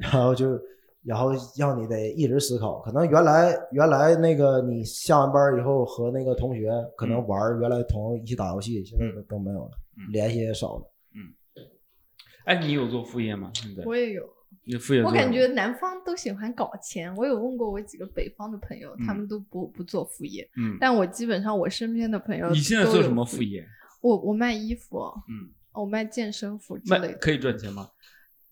然后就然后让你得一直思考。可能原来原来那个你下完班以后和那个同学可能玩儿原来同学一起打游戏，现在都都没有了，嗯联系也少了。哎，你有做副业吗？现在我也有，你的副业做我什么，感觉南方都喜欢搞钱。我有问过我几个北方的朋友，他嗯们都不不做副业，嗯，但我基本上我身边的朋友，你现在做什么副？业？我我卖衣服，嗯，我哦卖健身服之卖类的，可以赚钱吗？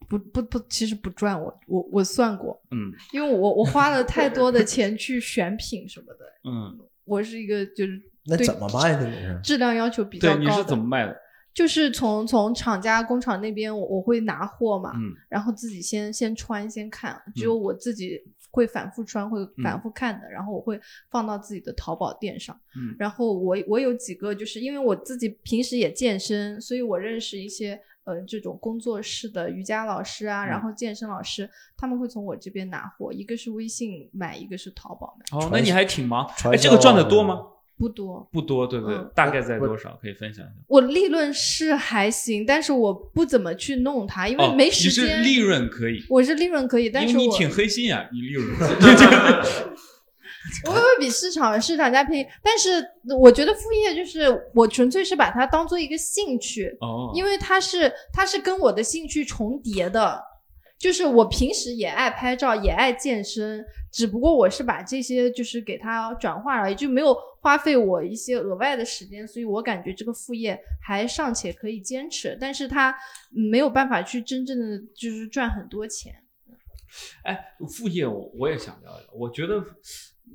不不不，其实不赚。我我我算过，嗯因为我我花了太多的钱去选品什么的。嗯，我是一个就是那对怎么卖呢？你是质量要求比较对，高的。你是怎么卖的？就是从从厂家工厂那边我，我会拿货嘛，嗯然后自己先先穿先看，只有我自己会反复穿，会反复看的，然后我会放到自己的淘宝店上。嗯然后我我有几个，就是因为我自己平时也健身，所以我认识一些呃这种工作室的瑜伽老师啊，嗯然后健身老师，他们会从我这边拿货，一个是微信买，一个是淘宝买，哦，传那你还挺忙。传哎，这个销啊赚的多吗？不多。不多，对不对嗯？大概在多少？可以分享一下。我利润是还行，但是我不怎么去弄它，因为哦没你时是间。利润可以，我是利润可以，但因是为你我挺黑心呀，你 利润。我会比市场市场价便宜，但是我觉得副业就是我纯粹是把它当做一个兴趣，哦，因为为它是它是跟我的兴趣重叠的，就是我平时也爱拍照，也爱健身，只不过我是把这些就是给它转化而已，就没有花费我一些额外的时间，所以我感觉这个副业还尚且可以坚持，但是它没有办法去真正的就是赚很多钱。哎，副业我我也想聊一聊。我觉得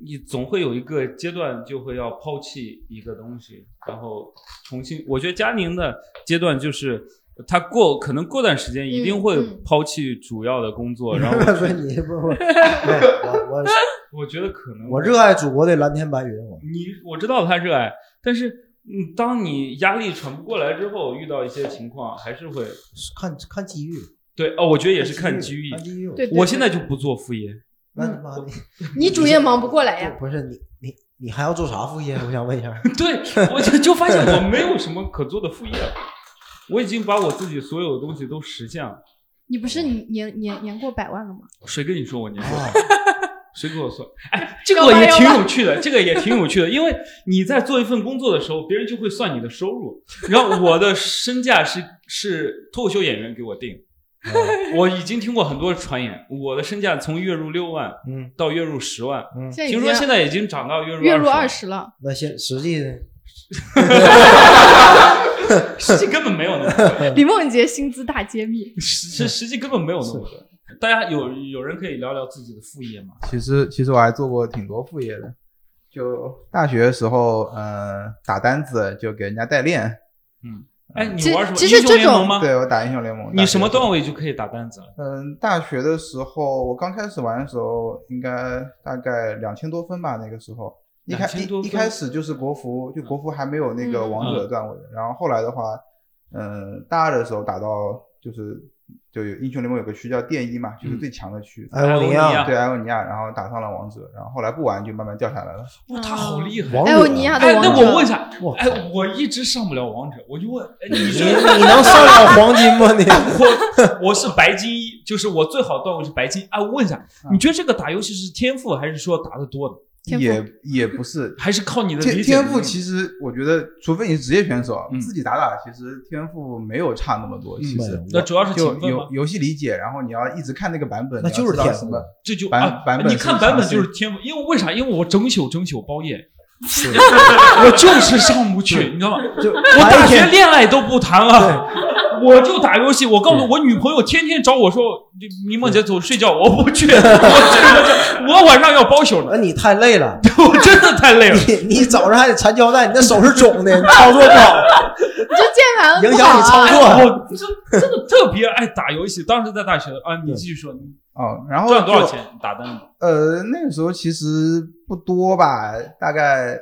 你总会有一个阶段就会要抛弃一个东西，然后重新。我觉得佳宁的阶段就是他过可能过段时间一定会嗯嗯抛弃主要的工 作， 然后不是你不 不，对我我我觉得可能我热爱祖国的蓝天白云，我你我知道他热爱，但是嗯，当你压力喘不过来之后，遇到一些情况还是会看看机遇，对哦，我觉得也是看机遇。看机遇。对，对我现在就不做副业，那你妈的，你主业忙不过哎来呀。不是你你你还要做啥副业？ 我想 问一下。对，我就就发现我没有什么可做的副业了，我已经把我自己所有的东西都实现了。你不是年年年过百万了吗？谁跟你说我年过？啊，谁跟我说？哎，这个要吧也要挺吧有趣的，这个也挺有趣的，因为你在做一份工作的时候，别人就会算你的收入。然后我的身价是是脱口秀演员给我定，我已经听过很多传言，我的身价从月入六万嗯到月入十万，嗯，现在已听经说现在已经涨到月入月入20二了十了，那现实际呢？实际根本没有那么 多，李梦洁薪资大揭秘。实实际根本没有那么多。大家有有人可以聊聊自己的副业吗？其实其实我还做过挺多副业的，就大学的时候，呃，打单子就给人家代练，哎，你其玩什么其英实雄这联盟种吗？对我打英雄联盟。啊你什么都。段位就可以打单子了？嗯，大学的时候，我刚开始玩的时候，应该大概两千多分吧，那个时候。一开2000一多分一开始就是国服，就国服还没有那个嗯王者段位，然后后来的话，嗯，大二的时候打到就是就有英雄联盟有个区叫电一嘛，就是最强的区，哎，我嗯欧尼尼亚亚，对艾欧尼亚，然后打上了王者，然后后来不玩就慢慢掉下来了。嗯哇，他好厉害！王者艾欧尼亚哎的，王那者，我问一下，我靠哎，我一直上不了王者，我就问，哎，你你是嗯你能上了黄金 吗？你我我是白金一，就是我最好的段位是白金。哎，我问一下，嗯你觉得这个打游戏是天赋，还是说打的多的，天赋也也 不是，还是靠你的天理解天赋能力其实我觉得，除非你是职业选手，嗯自己打打，其实天赋没有差那么多。嗯其实那主要 是就勤奋吗游？游戏理解，然后你要一直看那个版本，那你要就是知道天什赋么。这就版啊版本你看是版本常识就是天赋，因为为啥？因为我整宿整宿包夜， 我就是上不去，你知道吗？就 我大学天恋爱都不谈了， 我就打游戏。我告诉我女朋友，天天找我说：“你梦姐走睡觉。”我不去，我真的是我晚上要包宿那呢，你太累了，我真的太累了。你你早上还得缠胶带，你那手是 肿的，你操作不好，你这键盘影不响好你操啊。作。我真真的特别爱打游戏，当时在大学啊，你继续说，你哦，然后赚多少就？钱打单？呃，那个时候其实不多吧，大概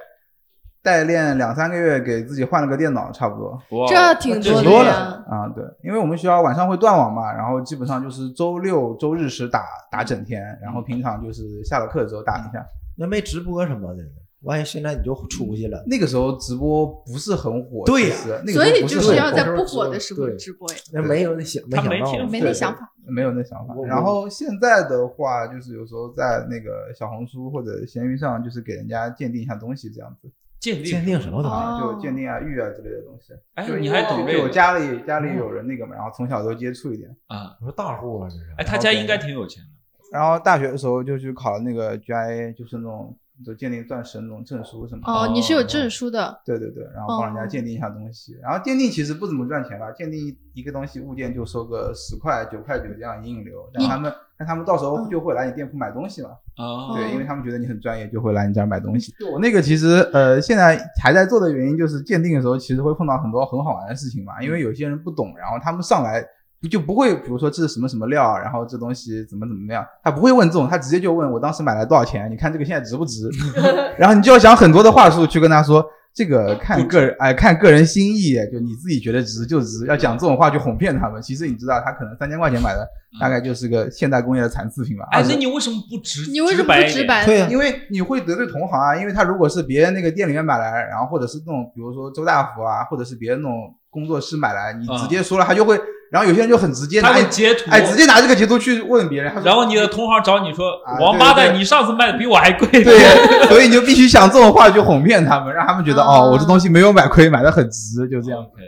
代练两三个月，给自己换了个电脑，差不多。这挺多的多呀了。啊，对，因为我们学校晚上会断网嘛，然后基本上就是周六周日时打打整天，然后平常就是下了课之后打一下。那没直播什么的呢，万一现在你就出去了，那个时候直播不是很火，对呀其实那个所时候以不你就是很火是要在火不火的时候对直播呀，那没有那想没他想没到天赋没对那对想法。没有那想法我。然后现在的话，就是有时候在那个小红书或者闲鱼上，就是给人家鉴定一下东西这样子，鉴定鉴定什么东西？哦就鉴定啊玉啊之类的东西。哎就，你还懂这就我个家里家里有人那个嘛，然后从小都接触一点。啊？我说大户啊，这哎，是。他家应该挺有钱的。然后大学的时候就去考了那个 GIA，就是那种就鉴定钻石那种证书什么的。哦，你是有证书的，对对对，然后帮人家鉴定一下东西，然后鉴定其实不怎么赚钱吧，鉴定一个东西物件就收个十块九块九这样引引流，但他们但他们到时候就会来你店铺买东西嘛，哦对，因为他们觉得你很专业，就会来你这儿买东西。就我那个其实呃，现在还在做的原因就是鉴定的时候，其实会碰到很多很好玩的事情嘛，因嗯为有些人不懂，然后他们上来就不会，比如说这是什么什么料，啊然后这东西怎么怎么样，他不会问这种，他直接就问我当时买来多少钱，你看这个现在值 不值？ 然后你就要想很多的话术去跟他说。这个看个人，哎，看个人心意，就你自己觉得值就值，要讲这种话去哄骗他们。其实你知道，他可能三千块钱买的，大概就是个现代工业的残次品吧。嗯哎20，那你为什么不直？你为什么白不一直点？白？对呀，因为你会得罪同行啊，因为他如果是别人那个店里面买来，然后或者是那种比如说周大福啊，或者是别人那种工作室买来，你直接说了，他就会，然后有些人就很直嗯接他拿会一，截图，哎，直接拿这个截图去问别人，他说然后你的同行找你说啊：“王对八对蛋，你上次卖的比我还贵。”对， 所以你就必须想这种话去哄骗他们，让他们觉得啊哦，我这东西没有买亏，买的很值，就这样。 OK，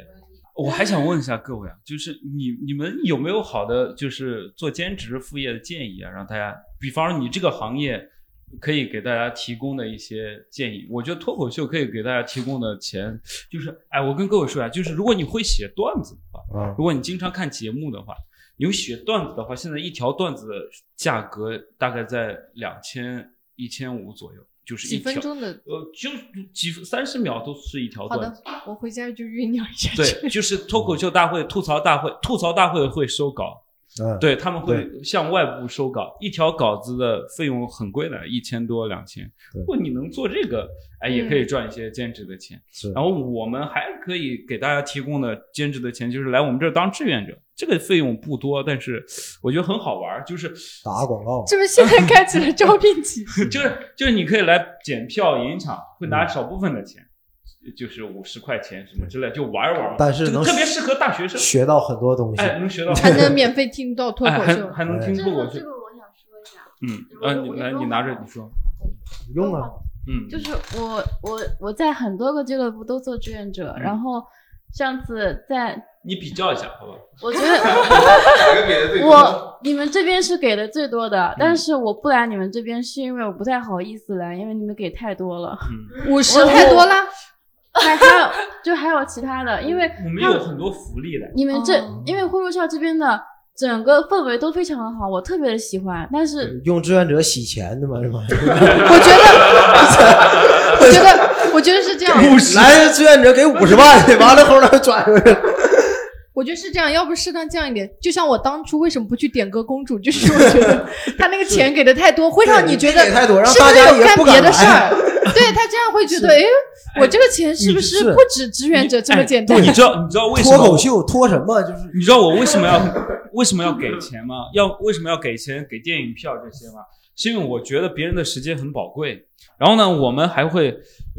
我还想问一下各位啊，就是你你们有没有好的就是做兼职副业的建议啊？让大家，比方说你这个行业可以给大家提供的一些建议。我觉得脱口秀可以给大家提供的钱，就是哎，我跟各位说啊，就是如果你会写段子的话，嗯如果你经常看节目的话，有写段子的话，现在一条段子价格大概在两千一千五左右，就是一几分条，钟的。呃，就几三十秒都是一条好段子的。，我回家就酝酿一下。 对，就是脱口秀大会、吐槽大会、吐槽大会会收稿，嗯，对他们会向外部收稿，一条稿子的费用很贵的，一千多两千。对嗯如果你能做这个，哎，也可以赚一些兼职的钱。是然后我们还可以给大家提供的兼职的钱，就是来我们这儿当志愿者，这个费用不多，但是我觉得很好玩儿，就是打个广告，这不是现在开启了招聘期？ 就是就是你可以来检票赢场，会拿嗯少部分的钱。就是五十块钱什么之类，就玩一玩嘛。但是这个能特别适合大学生，学到很多东西。哎，能学到还能免费听到脱口哎、秀还，还能听这脱个口这秀，个我想说一下，嗯，我啊，就你我就来，说你吧拿着，你啊说，用啊，嗯，就是我我我在很多个俱乐部都做志愿者，嗯然后上次 在你比较一下，好吧？我 觉得哪个给的最多？我你们这边是给的最多嗯的，但是我不来你们这边是因为我不太好意思来，因为你们给太多了， 嗯，五十太多了。还还有就还有其他的，因为我们有很多福利的，你们这、哦因为呼噜笑这边的整个氛围都非常的好，我特别的喜欢，但是用志愿者洗钱的嘛，是吧？ 我觉得， 我觉得，我觉得是这样。来志愿者给五十万，完了后来转回来。我觉得是这样，要不适当降一点。就像我当初为什么不去点歌公主，就是我觉得他那个钱给的太多，会让你觉得对给太多让是不大是家有也干不敢别的来事儿？对他这样会觉得，哎，我这个钱是不是是不止志愿者这么简单哎？你知道你知道为什脱么口秀脱什么？就是你知道我为什么 要为什么要给钱吗？要为什么要给钱给电影票这些吗？是因为我觉得别人的时间很宝贵。然后呢，我们还会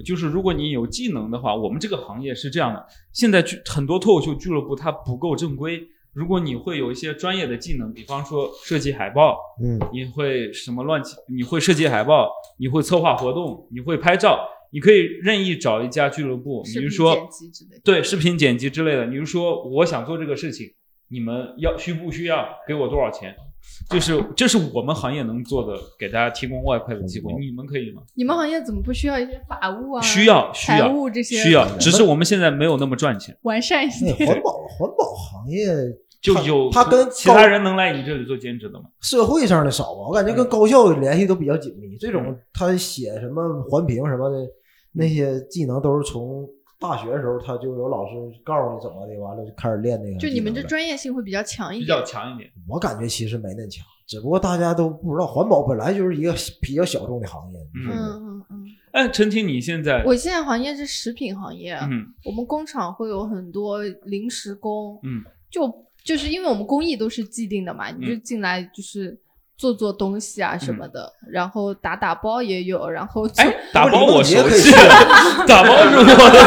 就是如果你有技能的话，我们这个行业是这样的，现在剧很多脱口秀俱乐部它不够正规。如果你会有一些专业的技能，比方说设计海报，嗯，你会什么乱七？你会设计海报，你会策划活动，你会拍照，你可以任意找一家俱乐部，你视就频说剪辑之类的对视频剪辑之类的，你就说我想做这个事情，你们要需不需要给我多少钱？就是这是我们行业能做的，给大家提供外快的机嗯会，你们可以吗？你们行业怎么不需要一些法务啊？需要需财要务这些需要，只是我们现在没有那么赚钱，完善一那 点。环保环保行业就有它它跟其他高人能来你这里做兼职的吗？社会上的少吧，我感觉跟嗯高校联系都比较紧密。这种他写什么环评什么的那些技能，都是从大学的时候他就有老师告诉你怎么的，完了就开始练那个技能了。就你们这专业性会比较强一比点较，强一点，我感觉其实没那强，只不过大家都不知道环保本来就是一个比较小众的行业。嗯嗯嗯嗯。哎，陈婷，你现在我现在行业是食品行业，啊嗯我们工厂会有很多临时工，嗯，就就是因为我们工艺都是既定的嘛，你就进来就是做做东西啊什么的，然后打打包也有，然后做嗯哎，打包我熟可以悉， 打包是我的，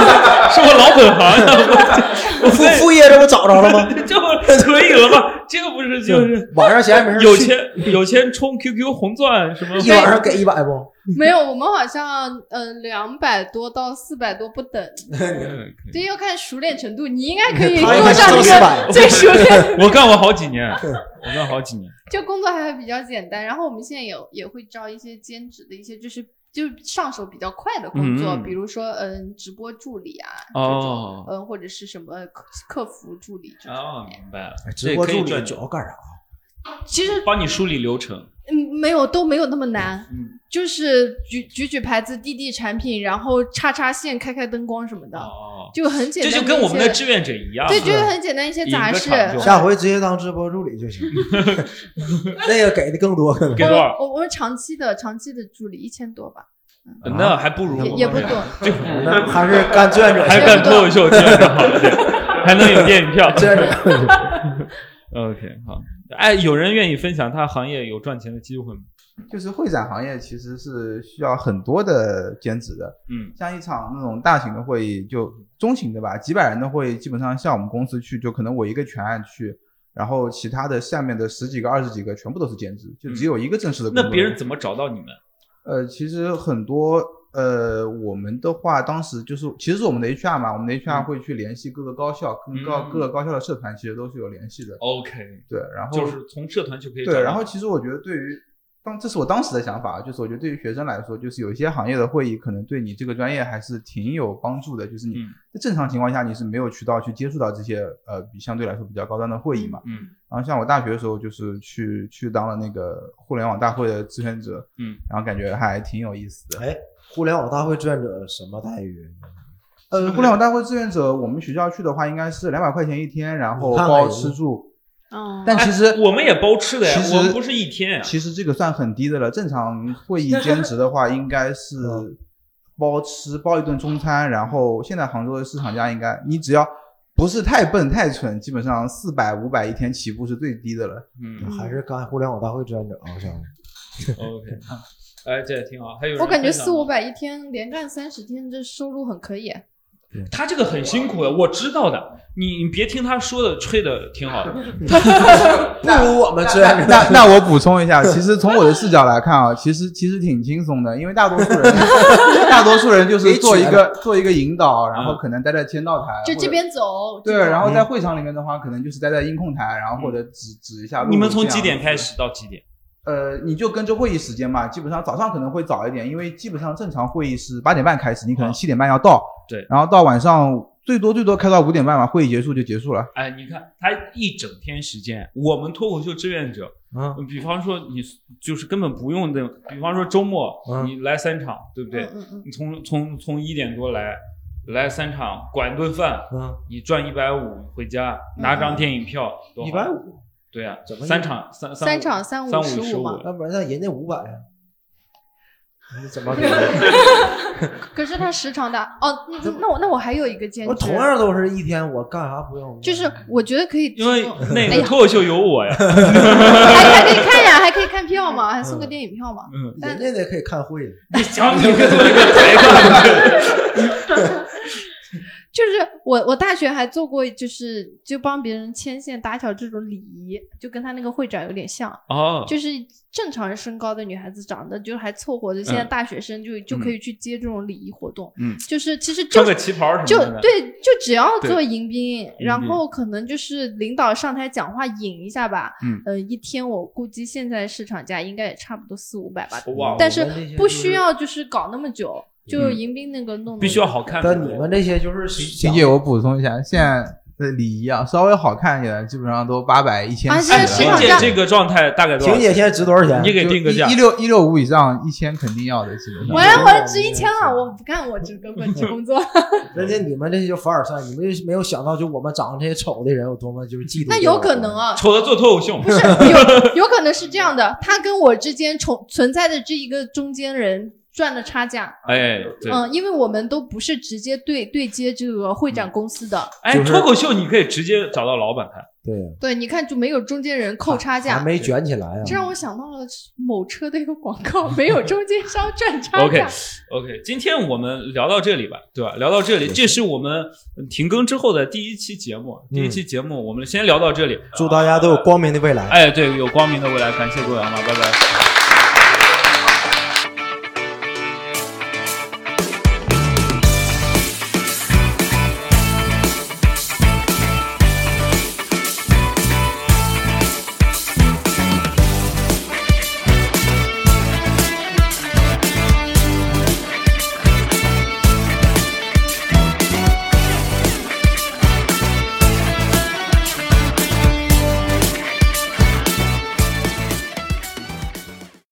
是我老本行呀，我副副业这不找着了 吗？我这不可以了吧？这个不是就是晚上闲没事有去钱有钱充 QQ 红钻什么一晚上给一百不？没有，我们好像嗯两百多到四百多不等，嗯可以这要看熟练程度，你应该 可以他应用该上是这个400最熟练。我干过好几年，我干好几年。就工作还比较简单，然后我们现在也也会招一些兼职的一些，就是就是上手比较快的工作，嗯比如说嗯直播助理啊，哦这种嗯或者是什么客客服助理这种。哦，明白了，哎直播这可以助赚理主要干啥？其实帮你梳理流程。嗯没有都没有那么难，嗯，就是举举举牌子、递递产品，然后插插线、开开灯光什啊么的，哦，就很简单这一些。就跟我们的志愿者一样。对，就是很简单一些杂事引个。场就下回直接当直播助理就行，那个给的更多可能给。多少？我我们长期的长期的助理一千多吧，那还不如也我也不们多。嗯就那还是干志愿者还去，干脱口秀，这样好一点，还能有电影票。志愿者去。 OK，好。哎，有人愿意分享他行业有赚钱的机会吗？就是会展行业其实是需要很多的兼职的，嗯像一场那种大型的会议，就中型的吧，几百人的会议，基本上像我们公司去，就可能我一个全案去，然后其他的下面的十几个、二十几个全部都是兼职，就只有一个正式的工嗯作。那别人怎么找到你们？呃，其实很多呃，我们的话当时就是，其实是我们的 HR 嘛，我们的 HR 会去联系各个高校，跟高嗯哦各个高校的社团其实都是有联系的。 OK，对，然后就是从社团就可以找到。对，然后其实我觉得对于当这是我当时的想法，就是我觉得对于学生来说，就是有一些行业的会议可能对你这个专业还是挺有帮助的。就是你嗯在正常情况下你是没有渠道去接触到这些呃比相对来说比较高端的会议嘛。嗯然后像我大学的时候，就是去去当了那个互联网大会的志愿者，嗯，然后感觉还挺有意思的。哎，互联网大会志愿者什么待遇？呃，互联网大会志愿者，我们学校去的话应该是两百块钱一天，然后你看看包已经吃住。嗯，但其实、哎我们也包吃的呀其，实我们不是一天呀。其实这个算很低的了，正常会议兼职的话应该是嗯包吃包一顿中餐，然后现在杭州的市场价应该你只要不是太笨太蠢，基本上四百五百一天起步是最低的了。嗯还是干互联网大会志愿者好像。 ，OK，哎，这也挺好。还有人我感觉分享啊四吗五百一天，连干三十天，这收入很可以。他这个很辛苦的，我知道的。你你别听他说的吹的挺好的，不如我们志愿者。那那我补充一下，其实从我的视角来看啊，其实其实挺轻松的，因为大多数人 大多数人就是做一个做一个引导，然嗯后可能待在签到台，就或者这边走，对，这边然后在会场里面的话，可能就是待在音控台，然后或者指指一下路。你们从几这样点开？始到几点？呃，你就跟着会议时间嘛，基本上早上可能会早一点，因为基本上正常会议是八点半开始，你可能啊七点半要到。对然后到晚上最多最多开到五点半吧，会议结束就结束了。哎，你看他一整天时间，我们脱口秀志愿者，嗯，比方说你就是根本不用那，比方说周末嗯你来三场，对不对？嗯嗯你从从从一点多来，来三场，管顿饭，嗯，你赚一百五回家，拿张电影票，多好一百，五，对啊怎么，三场三三场三三五五三十五十嘛要不然让人家五百呀？你怎么给的？嗯。可是他时长的哦，那那我那我还有一个兼我职，同样都是一天，我干啥不用？就是我觉得可以提因供，为那哎个呀脱口秀有我 呀，还还可以看呀，还可以看票嘛，还送个电影票嘛。嗯，人家得可以看会，你想你个做一个抬 杠，就是我我大学还做过，就是就帮别人牵线搭桥这种礼仪，就跟他那个会长有点像。哦，就是正常人身高的女孩子长得就还凑合着，现在嗯大学生就、就可以去接这种礼仪活动，嗯就是其实就穿个旗袍什就么的，对，就只要对做迎宾，宾然后可能就是领导上台讲话引一下吧，嗯呃，一天我估计现在市场价应该也差不多四五百吧，哦我忘了，但是我们这些不就是需要就是搞那么久，就嗯迎宾那个弄得必须要好看。哎但你们这些就是李想姐，我补充一下，现在的礼仪啊，稍微好看一点的，基本上都八百一千啊起现在了。市婷场姐价这个状态大概多少婷？姐现在值多少钱？你给定个价一，六一六五以上，一千肯定要的，基本上。我要我要值一千嗯了，我不干我这个本职 工作。人家你们这些就凡尔赛，你们就没有想到，就我们长得这些丑的人有多么就是嫉妒。那有可能，啊，丑的做脱口秀嘛不，是有 有可能是这样的，他跟我之间存存在的这一个中间人赚了差价。哎，对，嗯，因为我们都不是直接对对接这个会展公司的，哎，脱口秀你可以直接找到老板看，对呀，对，你看就没有中间人扣差还价。没卷起来嗯啊。这让我想到了某车的一个广告，没有中间商赚差价。 OK OK，今天我们聊到这里吧，对吧？聊到这里，这是我们停更之后的第一期节目。第一期节目我们先聊到这里，祝大家都有光明的未来。哎，对，有光明的未来，感谢各位好吗？拜拜。